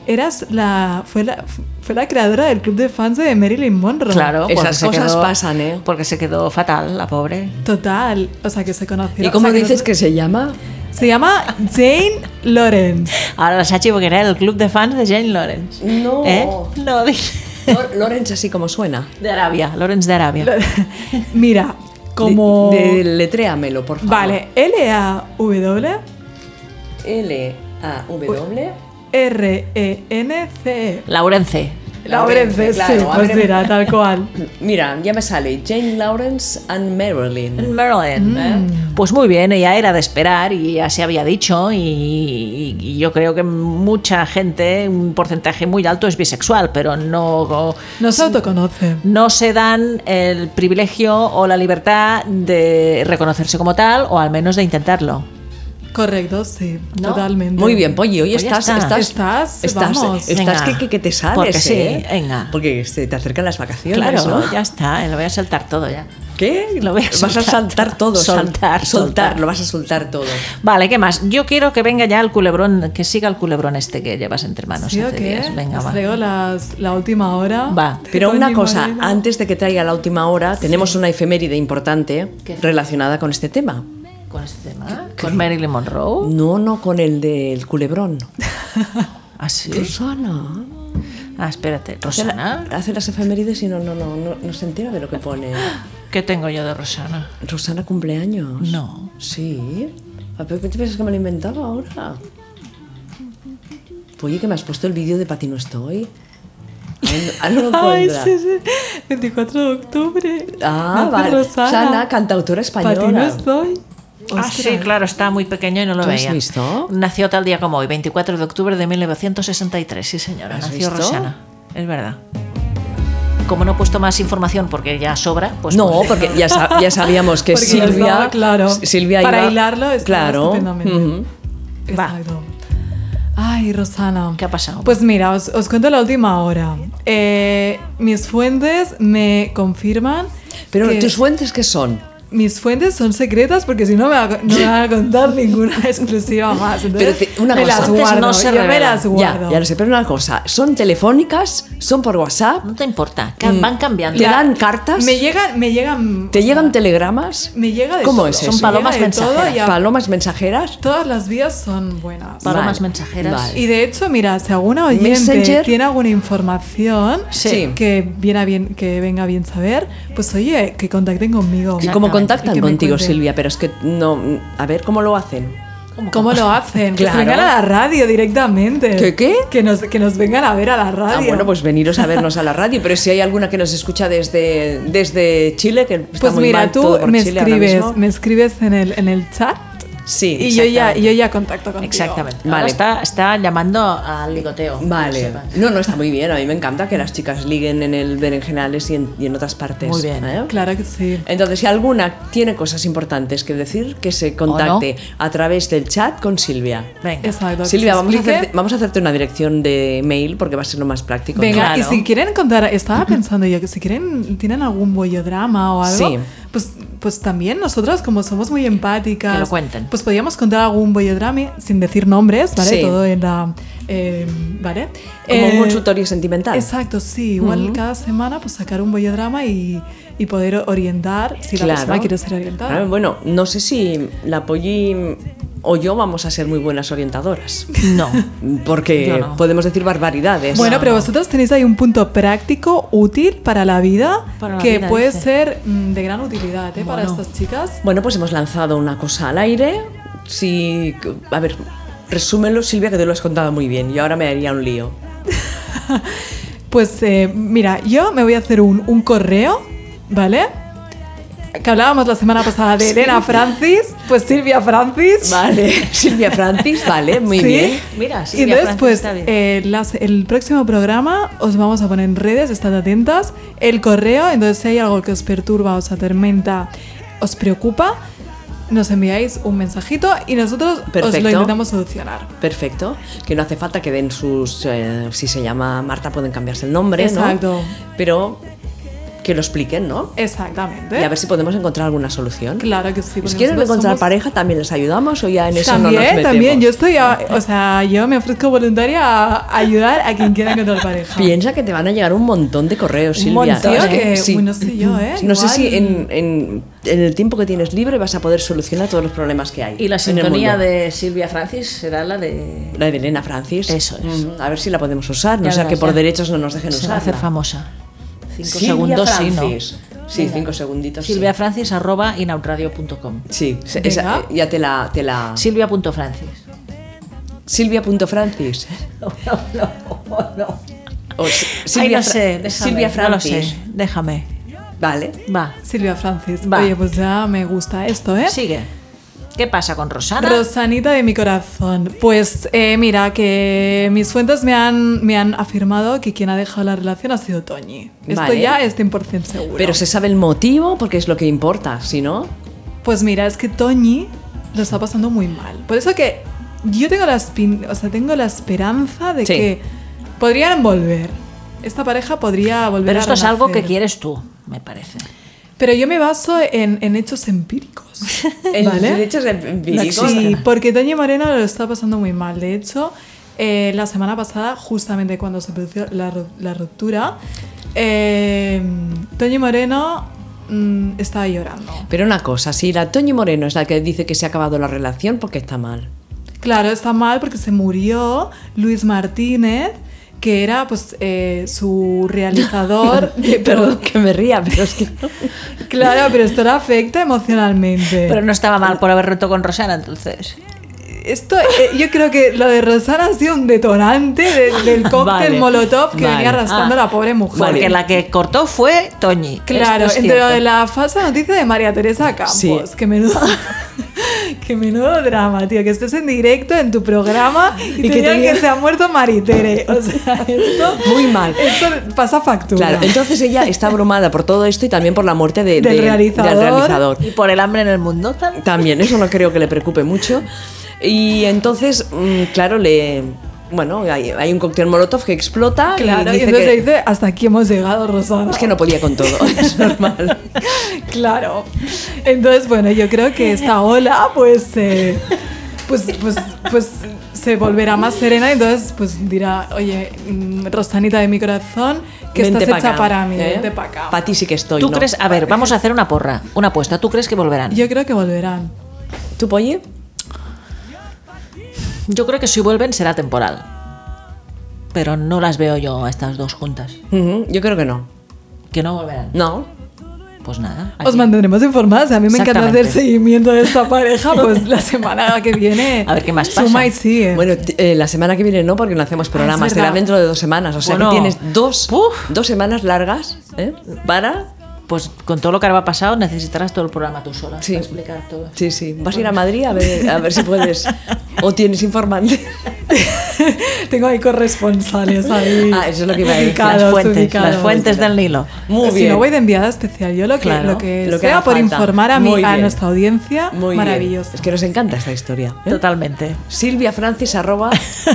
S3: eras la, fue, la, fue la creadora del club de fans de Marilyn Monroe.
S2: Claro, porque
S1: Esas
S2: se
S1: cosas
S2: quedó-
S1: pasan, ¿eh?
S2: Porque se quedó fatal, la pobre.
S3: Total. O sea, que se conocieron.
S1: ¿Y cómo
S3: o sea,
S1: dices
S3: no-
S1: que se llama?
S3: Se llama Jane Lawrence.
S2: Ahora la Sachi porque era el club de fans de Jane Lawrence.
S1: No.
S2: ¿Eh? No, dije-
S1: Lor- Lawrence, así como suena.
S2: De Arabia, Lawrence de Arabia.
S3: Mira, como.
S1: De, de- letréamelo, por favor.
S3: vale, L-A-W-R-E-N-C-E.
S1: L-A-W.
S3: E
S2: Laurence.
S3: Lawrence,
S1: claro,
S3: sí, pues
S1: abre-
S3: mira, tal cual.
S1: Mira, ya me sale. Jane Lawrence and Marilyn.
S2: Marilyn. ¿eh? Pues muy bien, ella era de esperar y ya se había dicho y, y- y yo creo que mucha gente, un porcentaje muy alto es bisexual, pero no,
S3: No se autoconoce.
S2: no se dan el privilegio o la libertad de reconocerse como tal o al menos de intentarlo.
S3: Correcto, sí,
S2: ¿No?
S3: totalmente.
S1: Muy bien, Polly, hoy,
S2: Hoy
S1: estás,
S2: Pues está.
S1: estás,
S3: Estás, vamos.
S1: estás
S2: Venga.
S1: que, que- que te sales,
S2: Porque sí,
S1: ¿eh?
S2: venga.
S1: Porque se te acercan las vacaciones,
S2: Claro,
S1: ¿no?
S2: ya está, lo voy a saltar todo ya.
S1: ¿Qué?
S2: Lo voy a
S1: vas a
S2: soltar.
S1: saltar todo, sal- soltar,
S2: Soltar, soltar.
S1: lo vas a soltar todo.
S2: Vale, ¿qué más? Yo quiero que venga ya el culebrón, que siga el culebrón este que llevas entre manos
S3: ¿Sí o
S2: hace
S3: qué?
S2: días. Venga,
S3: Os
S2: va.
S3: traigo las, la última hora.
S2: Va.
S3: de
S1: Pero una
S3: Tony
S1: cosa,
S3: Moreno.
S1: antes de que traiga la última hora, tenemos una efeméride importante
S2: ¿Qué?
S1: relacionada con este tema.
S2: ¿Con este tema? ¿Con Marilyn Monroe?
S1: No, no con el del culebrón.
S2: ¿Ah, sí?
S1: Rosana.
S2: Ah, espérate,
S1: Hace, la-
S2: Rosana.
S1: hace las efemérides y no, no, no, no, no se entera de lo que pone.
S2: ¿Qué tengo yo de Rosana?
S1: Rosana cumpleaños.
S2: No.
S1: Sí. ¿A ¿Pero qué te piensas que me lo he inventado ahora? Oye, que me has puesto el vídeo de Pati no estoy. Ahora no lo
S3: Ay,
S1: pondrá.
S3: sí, sí. 24 de octubre.
S1: Ah,
S3: Nace
S1: vale.
S3: Rosana.
S1: Sana, cantautora
S3: Para ti no
S1: española.
S3: estoy.
S2: Ah, sí, claro, está muy pequeño y no lo
S1: ¿Tú has
S2: veía.
S1: visto?
S2: Nació tal día como hoy, 24 de octubre de 1963, sí señora,
S1: ¿Has
S2: nació
S1: visto?
S2: Rosana. Es verdad. Como no he puesto más información porque ya sobra, pues...
S1: No,
S2: pues-
S1: porque ya, sa- ya sabíamos que
S3: Porque lo
S1: Silvia,
S3: estaba claro.
S1: Silvia
S3: Para
S1: iba-
S3: hilarlo estaba
S1: claro,
S3: estupendamente.
S1: ujú.
S3: Exacto. Ay, Rosana.
S2: ¿Qué ha pasado?
S3: Pues mira, os, os cuento la última hora. Eh, mis fuentes me confirman.
S1: Pero
S3: que
S1: tus fuentes qué son?
S3: mis fuentes son secretas porque si no me va, a co- no me va a contar ninguna exclusiva más. Entonces,
S1: Pero te- una
S3: me
S1: cosa,
S3: las
S1: fuentes
S3: guardo.
S2: no se
S3: yo me
S2: revelan.
S3: las
S1: Ya,
S3: guardo.
S1: ya lo sé, pero una cosa, son telefónicas, son por WhatsApp,
S2: No te importa, ca- van cambiando.
S1: Mm. te dan cartas,
S3: Me llegan, me llegan.
S1: te llegan telegramas,
S3: Me llega de
S1: ¿Cómo
S3: todo.
S1: es
S2: Son
S1: eso?
S3: Me llega
S2: palomas
S3: de todo
S2: mensajeras.
S3: y a-
S1: palomas mensajeras.
S3: Todas las vías son buenas.
S2: Palomas
S1: Vale,
S2: mensajeras.
S1: vale.
S3: Y de hecho, mira, si alguna oyente
S1: Messenger.
S3: tiene alguna información
S1: Sí.
S3: que, viene a bien, que venga bien saber, pues oye, que contacten conmigo.
S1: ¿Y cómo
S2: Exactamente.
S1: contactan
S3: Y que me
S1: contigo,
S3: cuenten.
S1: Silvia? Pero es que no, a ver, ¿cómo lo hacen?
S3: ¿Cómo lo hacen? Que se
S1: Claro.
S3: vengan a la radio directamente.
S1: ¿Qué, qué?
S3: Que nos, que nos vengan a ver a la radio.
S1: Ah, bueno, pues veniros a vernos a la radio, pero si hay alguna que nos escucha desde, desde Chile, que está
S3: Pues
S1: muy
S3: mira,
S1: mal
S3: tú
S1: todo por
S3: me
S1: Chile ahora
S3: escribes,
S1: mismo.
S3: me escribes en el, en el chat
S1: Sí,
S3: Y yo ya,
S1: exactamente.
S3: yo ya contacto contigo.
S2: Exactamente.
S1: Vale.
S2: Ahora está, está llamando al ligoteo. que
S1: Vale.
S2: lo sepas.
S1: No, no, está muy bien. A mí me encanta que las chicas liguen en el berenjenales y en, y en otras partes.
S2: Muy bien.
S1: ¿eh?
S3: Claro que sí.
S1: Entonces, si alguna tiene cosas importantes que decir, que se contacte a través del chat con Silvia.
S2: Venga.
S3: Exacto. que
S1: Silvia,
S3: se
S1: vamos a,
S3: explique.
S1: hacerte, vamos a hacerte una dirección de mail porque va a ser lo más práctico. ¿no?
S3: Venga, y
S2: Claro.
S3: si quieren contar, estaba pensando yo que si quieren, tienen algún bollodrama o algo,
S1: Sí.
S3: pues, pues también nosotras, como somos muy empáticas,
S2: Que lo cuenten.
S3: pues podríamos contar algún bollodrama sin decir nombres, ¿vale?
S1: Sí.
S3: Todo en la. eh, ¿Vale?
S1: Como
S3: Eh,
S1: un consultorio sentimental.
S3: Exacto, sí. Igual cada semana, pues sacar un bollodrama y, y poder orientar si la persona quiere ser orientada.
S1: Claro, bueno, no sé si la Polly o yo vamos a ser muy buenas orientadoras.
S2: No.
S1: Porque
S2: Yo no.
S1: podemos decir barbaridades.
S3: Bueno, pero vosotros tenéis ahí un punto práctico, útil para la vida,
S2: Para la
S3: que
S2: vida,
S3: puede
S2: dice.
S3: ser mm, de gran utilidad ¿eh? para
S2: Bueno.
S3: estas chicas.
S1: Bueno, pues hemos lanzado una cosa al aire. Si, a ver, resúmelo, Silvia, que te lo has contado muy bien. Y ahora me haría un lío.
S3: Pues eh, mira, yo me voy a hacer un, un correo, ¿vale? Que hablábamos la semana pasada de Elena Francis, pues Silvia Francis.
S1: Vale, Silvia Francis, vale, muy
S3: ¿sí?
S1: bien.
S2: Mira,
S3: y
S2: Silvia
S3: entonces,
S2: Francis
S3: pues,
S2: está bien.
S3: eh, las- el próximo programa os vamos a poner en redes, estad atentas. El correo, entonces, si hay algo que os perturba, os atormenta, os preocupa, nos enviáis un mensajito y nosotros os
S1: Perfecto.
S3: lo intentamos solucionar.
S1: Perfecto, que no hace falta que den sus. eh, si se llama Marta, pueden cambiarse el nombre, ¿no?
S3: Exacto.
S1: Pero que lo expliquen, ¿no?
S3: Exactamente.
S1: Y a ver si podemos encontrar alguna solución.
S3: ¿Eh? Claro que sí.
S1: Si
S3: porque
S1: quieren
S3: nosotros
S1: encontrar
S3: somos-
S1: pareja, también les ayudamos o ya en eso
S3: También,
S1: no nos metemos.
S3: también. Yo estoy, a- o sea, yo me ofrezco voluntaria a ayudar a quien quiera encontrar pareja.
S1: Piensa que te van a llegar un montón de correos,
S2: Un
S1: Silvia.
S2: montón,
S3: Tío,
S2: ¿eh?
S3: que,
S1: Sí.
S3: uy, no sé yo, ¿eh?
S1: No sé
S3: Igual-
S1: si en, en- en el tiempo que tienes libre vas a poder solucionar todos los problemas que hay.
S2: Y la
S1: en el
S2: sintonía
S1: mundo.
S2: de Silvia Francis será la de.
S1: La de Elena Francis.
S2: Eso es.
S1: Mm, A ver si la podemos usar, no
S2: Ya
S1: sea
S2: verás,
S1: que por
S2: ya.
S1: derechos no nos dejen
S2: Se va
S1: usarla.
S2: a hacer famosa. Cinco
S1: Silvia
S2: segundos, sí,
S1: Francis. Sí,
S2: Venga.
S1: cinco
S2: ¿no?
S1: segunditos. sí.
S2: Silvia Francis arroba inautradio.com.
S1: Sí, se- esa- eh,
S3: Venga.
S1: ya te la... Te la...
S2: Silvia.francis.
S1: Silvia.francis.
S2: No, no, no.
S1: O si-
S2: Ay,
S1: Silvia Fra-
S2: no sé, déjame,
S1: Silvia
S2: no lo
S1: Francis.
S2: sé, déjame.
S1: Vale.
S2: Va,
S3: Silvia Francis.
S2: Va.
S3: Oye, pues ya me gusta esto, ¿eh?
S2: sigue. ¿Qué pasa con Rosana?
S3: Rosanita de mi corazón. Pues eh, mira, que mis fuentes me han, me han afirmado que quien ha dejado la relación ha sido Toñi. Esto
S1: Vale.
S3: ya es 100% seguro.
S1: Pero se sabe el motivo porque es lo que importa, si no...
S3: Pues mira, es que Toñi lo está pasando muy mal. Por eso que yo tengo la, espin- o sea, tengo la esperanza de
S1: Sí.
S3: que podrían volver. Esta pareja podría volver
S2: Pero
S3: a
S2: esto es algo que
S3: renacer.
S2: quieres tú, me parece.
S1: Eh.
S3: Pero yo me baso en, en hechos empíricos.
S1: El
S3: ¿Vale?
S1: derecho es empírico.
S3: Sí, porque Toñi Moreno lo está pasando muy mal. De hecho, eh, la semana pasada, justamente cuando se produjo la, ru- la ruptura, eh, Toñi Moreno mm, estaba llorando.
S1: Pero una cosa, si la Toñi Moreno es la que dice que se ha acabado la relación, porque está mal?
S3: Claro, está mal porque se murió Luis Martínez, que era pues eh, su realizador. de-
S1: Perdón que me ría, pero es que...
S3: Claro, pero esto le afecta emocionalmente.
S2: Pero no estaba mal por haber roto con Rosana, entonces.
S3: Esto, eh, yo creo que lo de Rosana ha sido un detonante de- del cóctel
S1: Vale,
S3: molotov que
S1: vale.
S3: venía arrastrando
S2: Ah,
S3: la pobre mujer.
S2: Porque la que cortó fue Toñi.
S3: Claro,
S2: Esto es
S3: entre lo
S2: cierto.
S3: de la falsa noticia de María Teresa Campos,
S1: Sí.
S3: que menudo. Que menudo drama, tío, que estés en directo en tu programa y,
S1: Y
S3: te
S1: que te
S3: digan
S1: diga-
S3: que se ha muerto Maritere. O sea, esto,
S1: Muy mal.
S3: esto pasa factura.
S1: Claro, entonces ella está abrumada por todo esto y también por la muerte de-
S3: Del
S1: de-
S3: realizador.
S1: del realizador.
S2: Y por el hambre en el mundo también.
S1: También, eso no creo que le preocupe mucho. Y entonces, mm, claro, le... Bueno, hay, hay un cóctel molotov que explota
S3: Claro,
S1: y
S3: y
S1: dice
S3: entonces
S1: que,
S3: le dice, hasta aquí hemos llegado, Rosana.
S1: es que no podía con todo, es normal.
S3: Claro. Entonces, bueno, yo creo que esta ola, pues, eh, pues, pues, pues se volverá más serena. Entonces, pues dirá, oye, mm, Rosanita de mi corazón, que
S1: Vente
S3: estás
S1: pa'
S3: hecha
S1: acá,
S3: para mí.
S1: ¿eh?
S3: Vente pa' acá.
S1: Pa' ti sí que estoy,
S2: ¿Tú
S1: ¿no?
S2: crees? A ver, vamos a hacer una porra, una apuesta. ¿Tú crees que volverán? Yo,
S3: Yo creo que volverán.
S1: ¿Tú, Polly?
S2: creo que si vuelven será temporal. Pero no las veo yo a estas dos juntas.
S1: Ujú, Yo creo que no.
S2: Que no volverán.
S1: ¿No?
S2: Pues nada.
S3: Os
S2: aquí.
S3: mantendremos informadas. A mí me encanta hacer
S2: Exactamente.
S3: seguimiento de esta pareja. Pues la semana que viene.
S2: A ver qué más
S3: Suma
S2: pasa.
S3: y sigue.
S1: Bueno, t- eh, la semana que viene no, porque no hacemos
S3: Ah,
S1: programas,
S3: es verdad.
S1: será dentro de dos semanas. O sea
S2: Bueno.
S1: que tienes dos,
S2: Uf.
S1: dos semanas largas ¿eh? para
S2: pues con todo lo que ahora ha pasado necesitarás todo el programa tú sola
S1: Sí.
S2: para explicar todo.
S1: Sí, sí. Vas a ir a Madrid a ver, a ver si puedes. O tienes informante.
S3: Tengo ahí corresponsales ahí.
S1: Ah, eso es lo que iba a decir.
S3: ubicados,
S2: las fuentes,
S3: ubicados.
S2: las fuentes del Nilo.
S1: Muy
S3: si
S1: bien.
S3: no voy de enviada especial, yo lo que,
S2: Claro,
S3: lo que
S1: lo que
S3: sea
S1: haga
S3: por
S1: falta.
S3: informar a, mi-
S1: Muy
S3: a
S1: bien.
S3: nuestra audiencia,
S1: Muy bien.
S3: maravilloso.
S1: Es que nos encanta esta historia. ¿eh?
S2: Totalmente.
S1: Silvia Francis arroba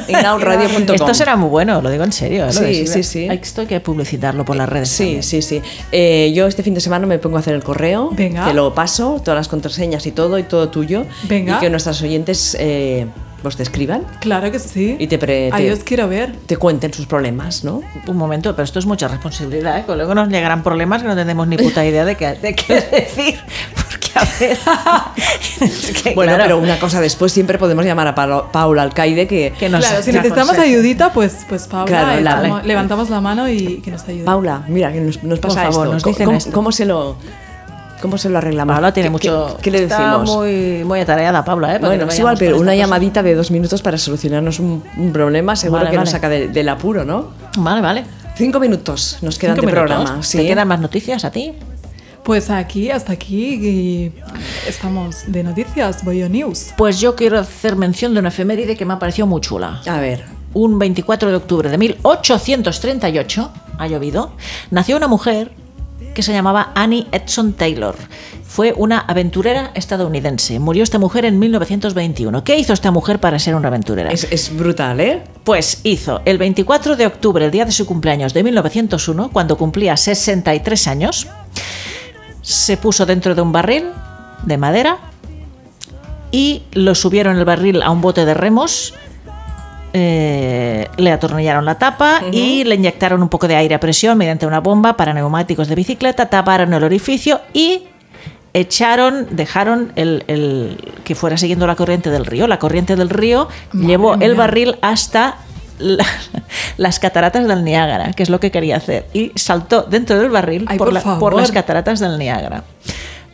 S2: Esto será muy bueno, lo digo en serio. ¿eh? Lo
S1: Sí,
S2: de Silvia.
S1: sí, sí.
S2: Esto hay que publicitarlo por las redes.
S1: Sí,
S2: también.
S1: sí, sí. Eh, yo este fin de semana me pongo a hacer el correo,
S3: Venga.
S1: te lo paso, todas las contraseñas y todo, y todo tuyo,
S3: Venga.
S1: y que nuestras oyentes eh, os te escriban,
S3: Claro que sí.
S1: Y te pre-
S3: Ahí
S1: te-
S3: os quiero ver.
S1: te cuenten sus problemas, ¿no?
S2: Un momento, pero esto es mucha responsabilidad, ¿eh? Que luego nos llegarán problemas que no tenemos ni puta idea de qué, de qué decir. Porque a ver. es que,
S1: Bueno,
S2: claro,
S1: pero una cosa después siempre podemos llamar a Pao- Paula Alcaide que...
S2: que nos-
S3: claro, si
S2: nos
S3: necesitamos
S2: aconseje.
S3: ayudita, pues, pues Paula,
S1: Claro,
S3: es
S1: la-
S3: como- levantamos la mano y que nos ayude.
S1: Paula, mira, que nos, nos pasa
S2: Por favor,
S1: esto.
S2: nos
S1: Co-
S2: dicen
S1: ¿Cómo,
S2: esto.
S1: cómo se lo, ¿Cómo se lo arreglamos?
S2: Paula tiene
S1: ¿Qué-
S2: mucho.
S1: ¿Qué, qué le
S2: Está
S1: decimos?
S2: muy, muy atareada, Paula, ¿eh? Para que
S1: Bueno, es
S2: no vayamos
S1: igual, pero
S2: con
S1: una
S2: esta cosa.
S1: llamadita de dos minutos para solucionarnos un, un problema seguro
S2: Vale,
S1: que nos
S2: vale.
S1: saca de- del apuro, ¿no?
S2: Vale, vale.
S1: Cinco minutos nos quedan
S2: Cinco
S1: de
S2: minutos.
S1: programa. Sí.
S2: ¿Te quedan más noticias a ti?
S3: Pues aquí, hasta aquí, y estamos de noticias, Boyo News.
S2: Pues yo quiero hacer mención de una efeméride que me ha parecido muy chula.
S1: A ver,
S2: Un 24 de octubre de 1838, ha llovido, nació una mujer que se llamaba Annie Edson Taylor. Fue una aventurera estadounidense. Murió esta mujer en 1921. ¿Qué hizo esta mujer para ser una aventurera?
S1: es, es brutal, ¿eh?
S2: Pues hizo el 24 de octubre, el día de su cumpleaños de 1901, cuando cumplía 63 años, se puso dentro de un barril de madera y lo subieron el barril a un bote de remos. eh, le atornillaron la tapa y le inyectaron un poco de aire a presión mediante una bomba para neumáticos de bicicleta, taparon el orificio y echaron, dejaron el, el- que fuera siguiendo la corriente del río. La corriente del río llevó el barril hasta la- las cataratas del Niágara, que es lo que quería hacer, y saltó dentro del barril
S3: Ay,
S2: por,
S3: por
S2: la- por
S3: favor.
S2: las cataratas del Niágara.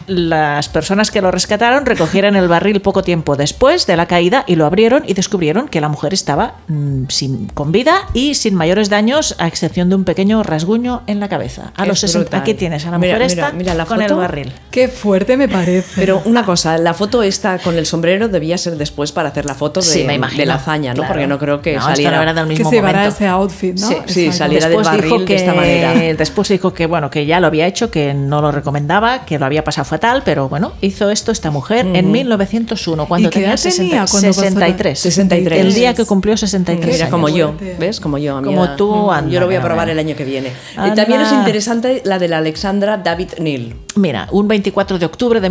S2: Las personas que lo rescataron recogieron el barril poco tiempo después de la caída y lo abrieron y descubrieron que la mujer estaba mm, sin, con vida y sin mayores daños, a excepción de un pequeño rasguño en la cabeza. A
S1: Es
S2: los 60,
S1: brutal.
S2: aquí tienes a la
S1: Mira,
S2: mujer
S1: mira,
S2: esta
S1: mira la
S2: con el
S1: foto.
S2: barril.
S3: Qué fuerte me parece.
S1: Pero una cosa, la foto esta con el sombrero debía ser después para hacer la foto de,
S2: Sí, me imagino.
S1: de la hazaña, ¿no?
S2: Claro.
S1: Porque no creo que
S2: No, esto no
S1: saliera.
S2: era del
S3: que
S2: mismo
S3: se llevará
S2: momento.
S3: ese outfit, ¿no?
S1: Sí, sí,
S3: Exacto.
S1: saliera del barril de esta manera.
S2: Después dijo que, bueno, que ya lo había hecho, que no lo recomendaba, que lo había pasado fatal, pero bueno, hizo esto esta mujer en 1901, cuando
S3: ¿Y qué
S2: tenía,
S3: edad tenía
S2: 60
S3: cuando pasó la-
S2: 63.
S1: 63.
S2: El día que cumplió 63
S1: Mira,
S2: años.
S1: como yo,
S3: Fuerte.
S1: ¿ves? Como yo. a mí
S2: Como
S1: era-
S2: tú, anda,
S1: Yo lo voy a
S2: mira,
S1: probar
S2: mira.
S1: el año que viene. Y
S2: Anda.
S1: también es interesante la de la Alexandra David Neal.
S2: Mira, un 24 de octubre de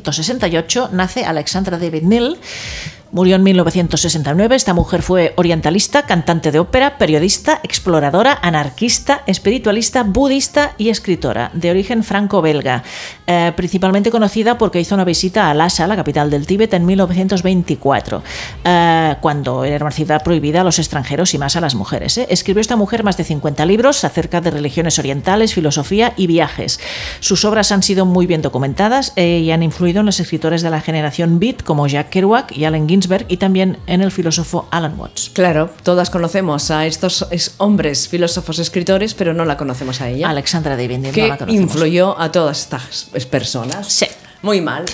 S2: 1868 nace Alexandra David Neal. Murió en 1969. Esta mujer fue orientalista, cantante de ópera, periodista, exploradora, anarquista, espiritualista, budista y escritora, de origen franco-belga. Eh, principalmente conocida porque hizo una visita a Lhasa, la capital del Tíbet, en 1924, eh, cuando era una ciudad prohibida a los extranjeros y más a las mujeres. ¿eh? Escribió esta mujer más de 50 libros acerca de religiones orientales, filosofía y viajes. Sus obras han sido muy bien documentadas eh, y han influido en los escritores de la generación Beat como Jack Kerouac y Allen Ginsberg y también en el filósofo Alan Watts.
S1: Claro, todas conocemos a estos es- hombres, filósofos, escritores, pero no la conocemos a ella.
S2: Alexandra David Neal, no
S1: que
S2: la conocemos.
S1: influyó a todas estas es- personas.
S2: Sí.
S1: Muy mal.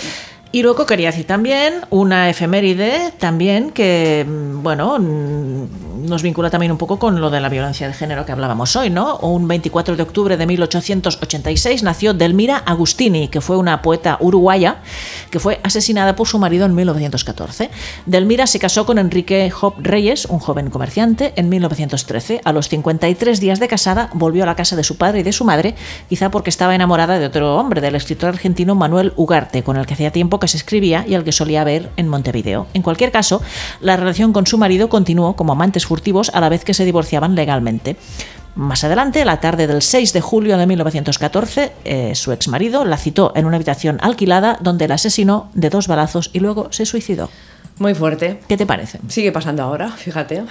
S2: Y luego quería decir también una efeméride también que, mm, bueno, mm, nos vincula también un poco con lo de la violencia de género que hablábamos hoy, ¿no? Un 24 de octubre de 1886 nació Delmira Agustini, que fue una poeta uruguaya que fue asesinada por su marido en 1914. Delmira se casó con Enrique Hop Reyes, un joven comerciante, en 1913. A los 53 días de casada volvió a la casa de su padre y de su madre, quizá porque estaba enamorada de otro hombre, del escritor argentino Manuel Ugarte, con el que hacía tiempo que se escribía y al que solía ver en Montevideo. En cualquier caso, la relación con su marido continuó como amantes furtivos a la vez que se divorciaban legalmente. Más adelante, la tarde del 6 de julio de 1914, eh, su exmarido la citó en una habitación alquilada donde la asesinó de dos balazos y luego se suicidó.
S1: Muy fuerte.
S2: ¿Qué te parece?
S1: Sigue pasando ahora, fíjate.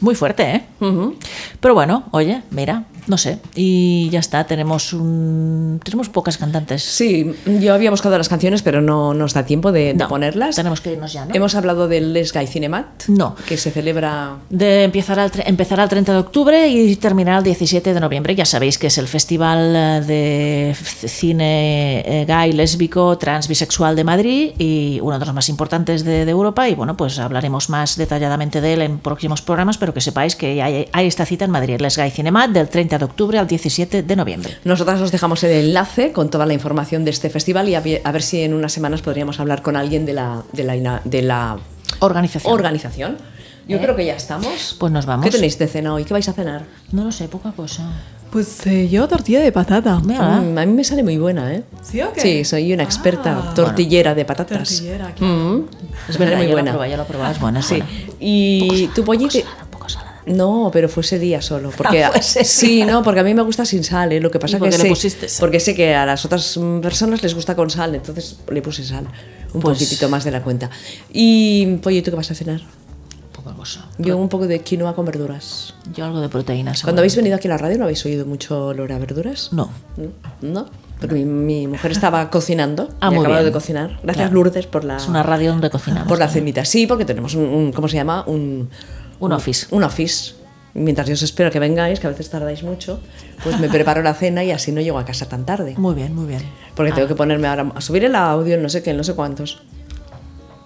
S2: Muy fuerte, ¿eh?
S1: Ujú.
S2: Pero bueno, oye, mira, No sé, y ya está, tenemos un, tenemos pocas cantantes.
S1: Sí, yo había buscado las canciones, pero no nos da tiempo de, de
S2: No,
S1: ponerlas.
S2: Tenemos que irnos ya, ¿no?
S1: Hemos hablado del Les Guy Cinemat,
S2: No.
S1: que se celebra
S2: De empezará, el tre- empezará el 30 de octubre y terminará el 17 de noviembre. Ya sabéis que es el Festival eh, de f- Cine eh, Gay, Lésbico, Trans, Bisexual de Madrid y uno de los más importantes de, de Europa. Y bueno, pues hablaremos más detalladamente de él en próximos programas, pero que sepáis que hay, hay esta cita en Madrid, Les Gay Cinemat, del 30 de octubre al 17 de noviembre.
S1: Nosotras os dejamos el enlace con toda la información de este festival y a, vi- a ver si en unas semanas podríamos hablar con alguien de la, de la, ina- de la
S2: Organización.
S1: organización. Yo
S3: ¿Eh?
S1: creo que ya estamos.
S2: Pues nos vamos.
S1: ¿Qué tenéis de cena hoy? ¿Qué vais a cenar?
S2: no lo sé, poca cosa.
S3: Pues eh, yo tortilla de patata.
S2: Mira,
S1: Mm, a mí me sale muy buena, ¿eh?
S3: ¿Sí o qué?
S1: Sí, soy una experta
S3: Ah.
S1: tortillera de patatas.
S3: Tortillera, claro.
S1: Mm,
S2: es
S1: me sale
S2: verdad,
S1: muy
S2: yo la
S1: buena.
S2: probé, yo la probé, es buena, es
S1: Sí.
S2: buena.
S1: Y tu pollito.
S2: Un poco salada.
S1: No, pero fue ese día solo. Porque
S2: Ah, fue ese
S1: sí,
S2: día.
S1: no, porque a mí me gusta sin sal, ¿eh? Lo que pasa
S2: ¿Y
S1: que
S2: por qué le
S1: sé-
S2: pusiste sal?
S1: porque sé que a las otras mm, personas les gusta con sal, entonces le puse sal, un
S2: Pues-
S1: poquitito más de la cuenta. Y pollo, ¿y ¿tú qué vas a cenar?
S2: Poca cosa.
S1: Yo un poco de quinoa con verduras.
S2: Yo algo de proteínas.
S1: Cuando habéis venido aquí a la radio no habéis oído mucho olor a verduras.
S2: No.
S1: No, porque mi, mi mujer estaba cocinando.
S2: Ah,
S1: y
S2: muy
S1: acababa
S2: bien.
S1: de cocinar. Gracias
S2: Claro.
S1: Lourdes por la
S2: Es una radio donde cocinamos.
S1: por la
S2: también.
S1: cenita. Sí, porque tenemos un, un- ¿cómo se llama? Un,
S2: Un office.
S1: Un office. Mientras yo os espero que vengáis, que a veces tardáis mucho, pues me preparo la cena y así no llego a casa tan tarde.
S2: Muy bien, muy bien.
S1: Porque tengo que ponerme ahora a subir el audio, el no sé qué, el no sé cuántos.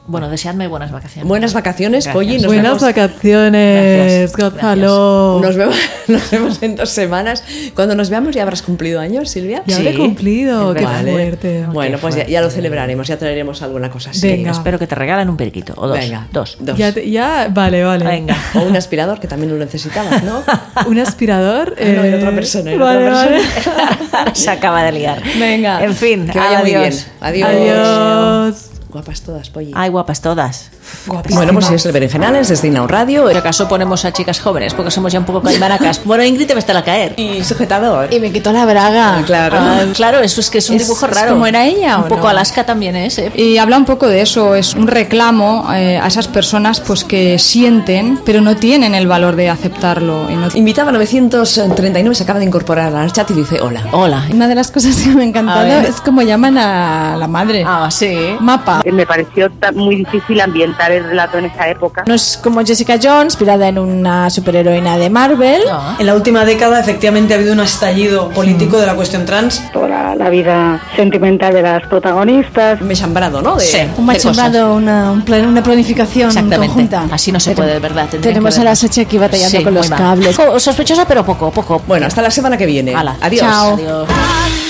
S2: Bueno, deseadme buenas vacaciones.
S1: Buenas vacaciones,
S2: Gracias.
S1: Polly. Nos
S3: Buenas
S1: vemos.
S3: vacaciones,
S2: Gracias,
S3: Gonzalo.
S1: Nos vemos, nos vemos en dos semanas. Cuando nos veamos ya habrás cumplido años, Silvia.
S3: Ya habré
S2: Sí.
S3: cumplido, qué
S1: Vale.
S3: fuerte.
S1: Bueno,
S2: Qué
S1: pues ya,
S2: fuerte.
S1: ya lo celebraremos, ya traeremos alguna cosa así.
S3: Venga.
S2: Espero que te regalen un periquito. O dos.
S1: Venga,
S2: Dos.
S1: dos.
S3: Ya, te- ya, vale, vale.
S2: Venga.
S1: O un aspirador, que también lo necesitabas, ¿no?
S3: Un aspirador.
S1: Ah, no, era otra
S3: eh,
S1: persona, era
S3: vale,
S1: otra
S3: vale.
S2: Ahora se acaba de liar.
S1: Venga.
S2: En fin,
S1: Que vaya muy
S2: adiós.
S1: bien. Adiós.
S3: Adiós.
S1: Guapas todas, Polly.
S2: Ay, guapas todas.
S3: Guapísima.
S1: Ah, Bueno, pues es el Berenjenales, desde Inau Radio.
S2: ¿Por acaso ponemos a chicas jóvenes? Porque somos ya un poco caimaracas. Bueno, Ingrid te va a estar a caer.
S1: Y sujetador.
S7: Y me quitó la braga.
S1: Claro.
S2: Ah, claro, eso es que es un
S7: Es-
S2: dibujo
S7: es
S2: raro.
S7: como era ella,
S2: Un
S7: ¿o
S2: poco
S7: no?
S2: Alaska también es, ¿eh?
S7: Y habla un poco de eso, es un reclamo eh, a esas personas pues que sienten, pero no tienen el valor de aceptarlo. y no-
S1: Invitaba 939, se acaba de incorporar al chat y dice hola.
S2: Hola.
S7: Una de las cosas que me ha encantado
S2: A ver.
S7: es como llaman a la madre.
S2: Ah, sí.
S7: Mapa.
S8: Eh, Me pareció ta- muy difícil ambientar el relato en esa época.
S9: No es como Jessica Jones, inspirada en una superheroína de Marvel.
S2: No.
S10: En la última década, efectivamente, ha habido un estallido político de la cuestión trans.
S8: Toda la vida sentimental de las protagonistas.
S1: Me he chambrado, ¿no? De-
S2: Sí.
S9: Eh, Un
S2: Qué cosas.
S9: machembrado, una, un plan- una planificación
S2: Exactamente.
S9: conjunta.
S2: Así no se
S9: Pero
S2: puede, de verdad. Tendrían
S9: Tenemos
S2: que
S9: a la
S2: vernos.
S9: Sochi aquí batallando
S2: Sí,
S9: con los
S2: muy mal.
S9: cables.
S2: Jo- Sospechosa, pero poco, poco.
S1: Bueno, hasta la semana que viene.
S2: Hala.
S1: Adiós.
S9: Chao.
S2: Adiós.
S6: I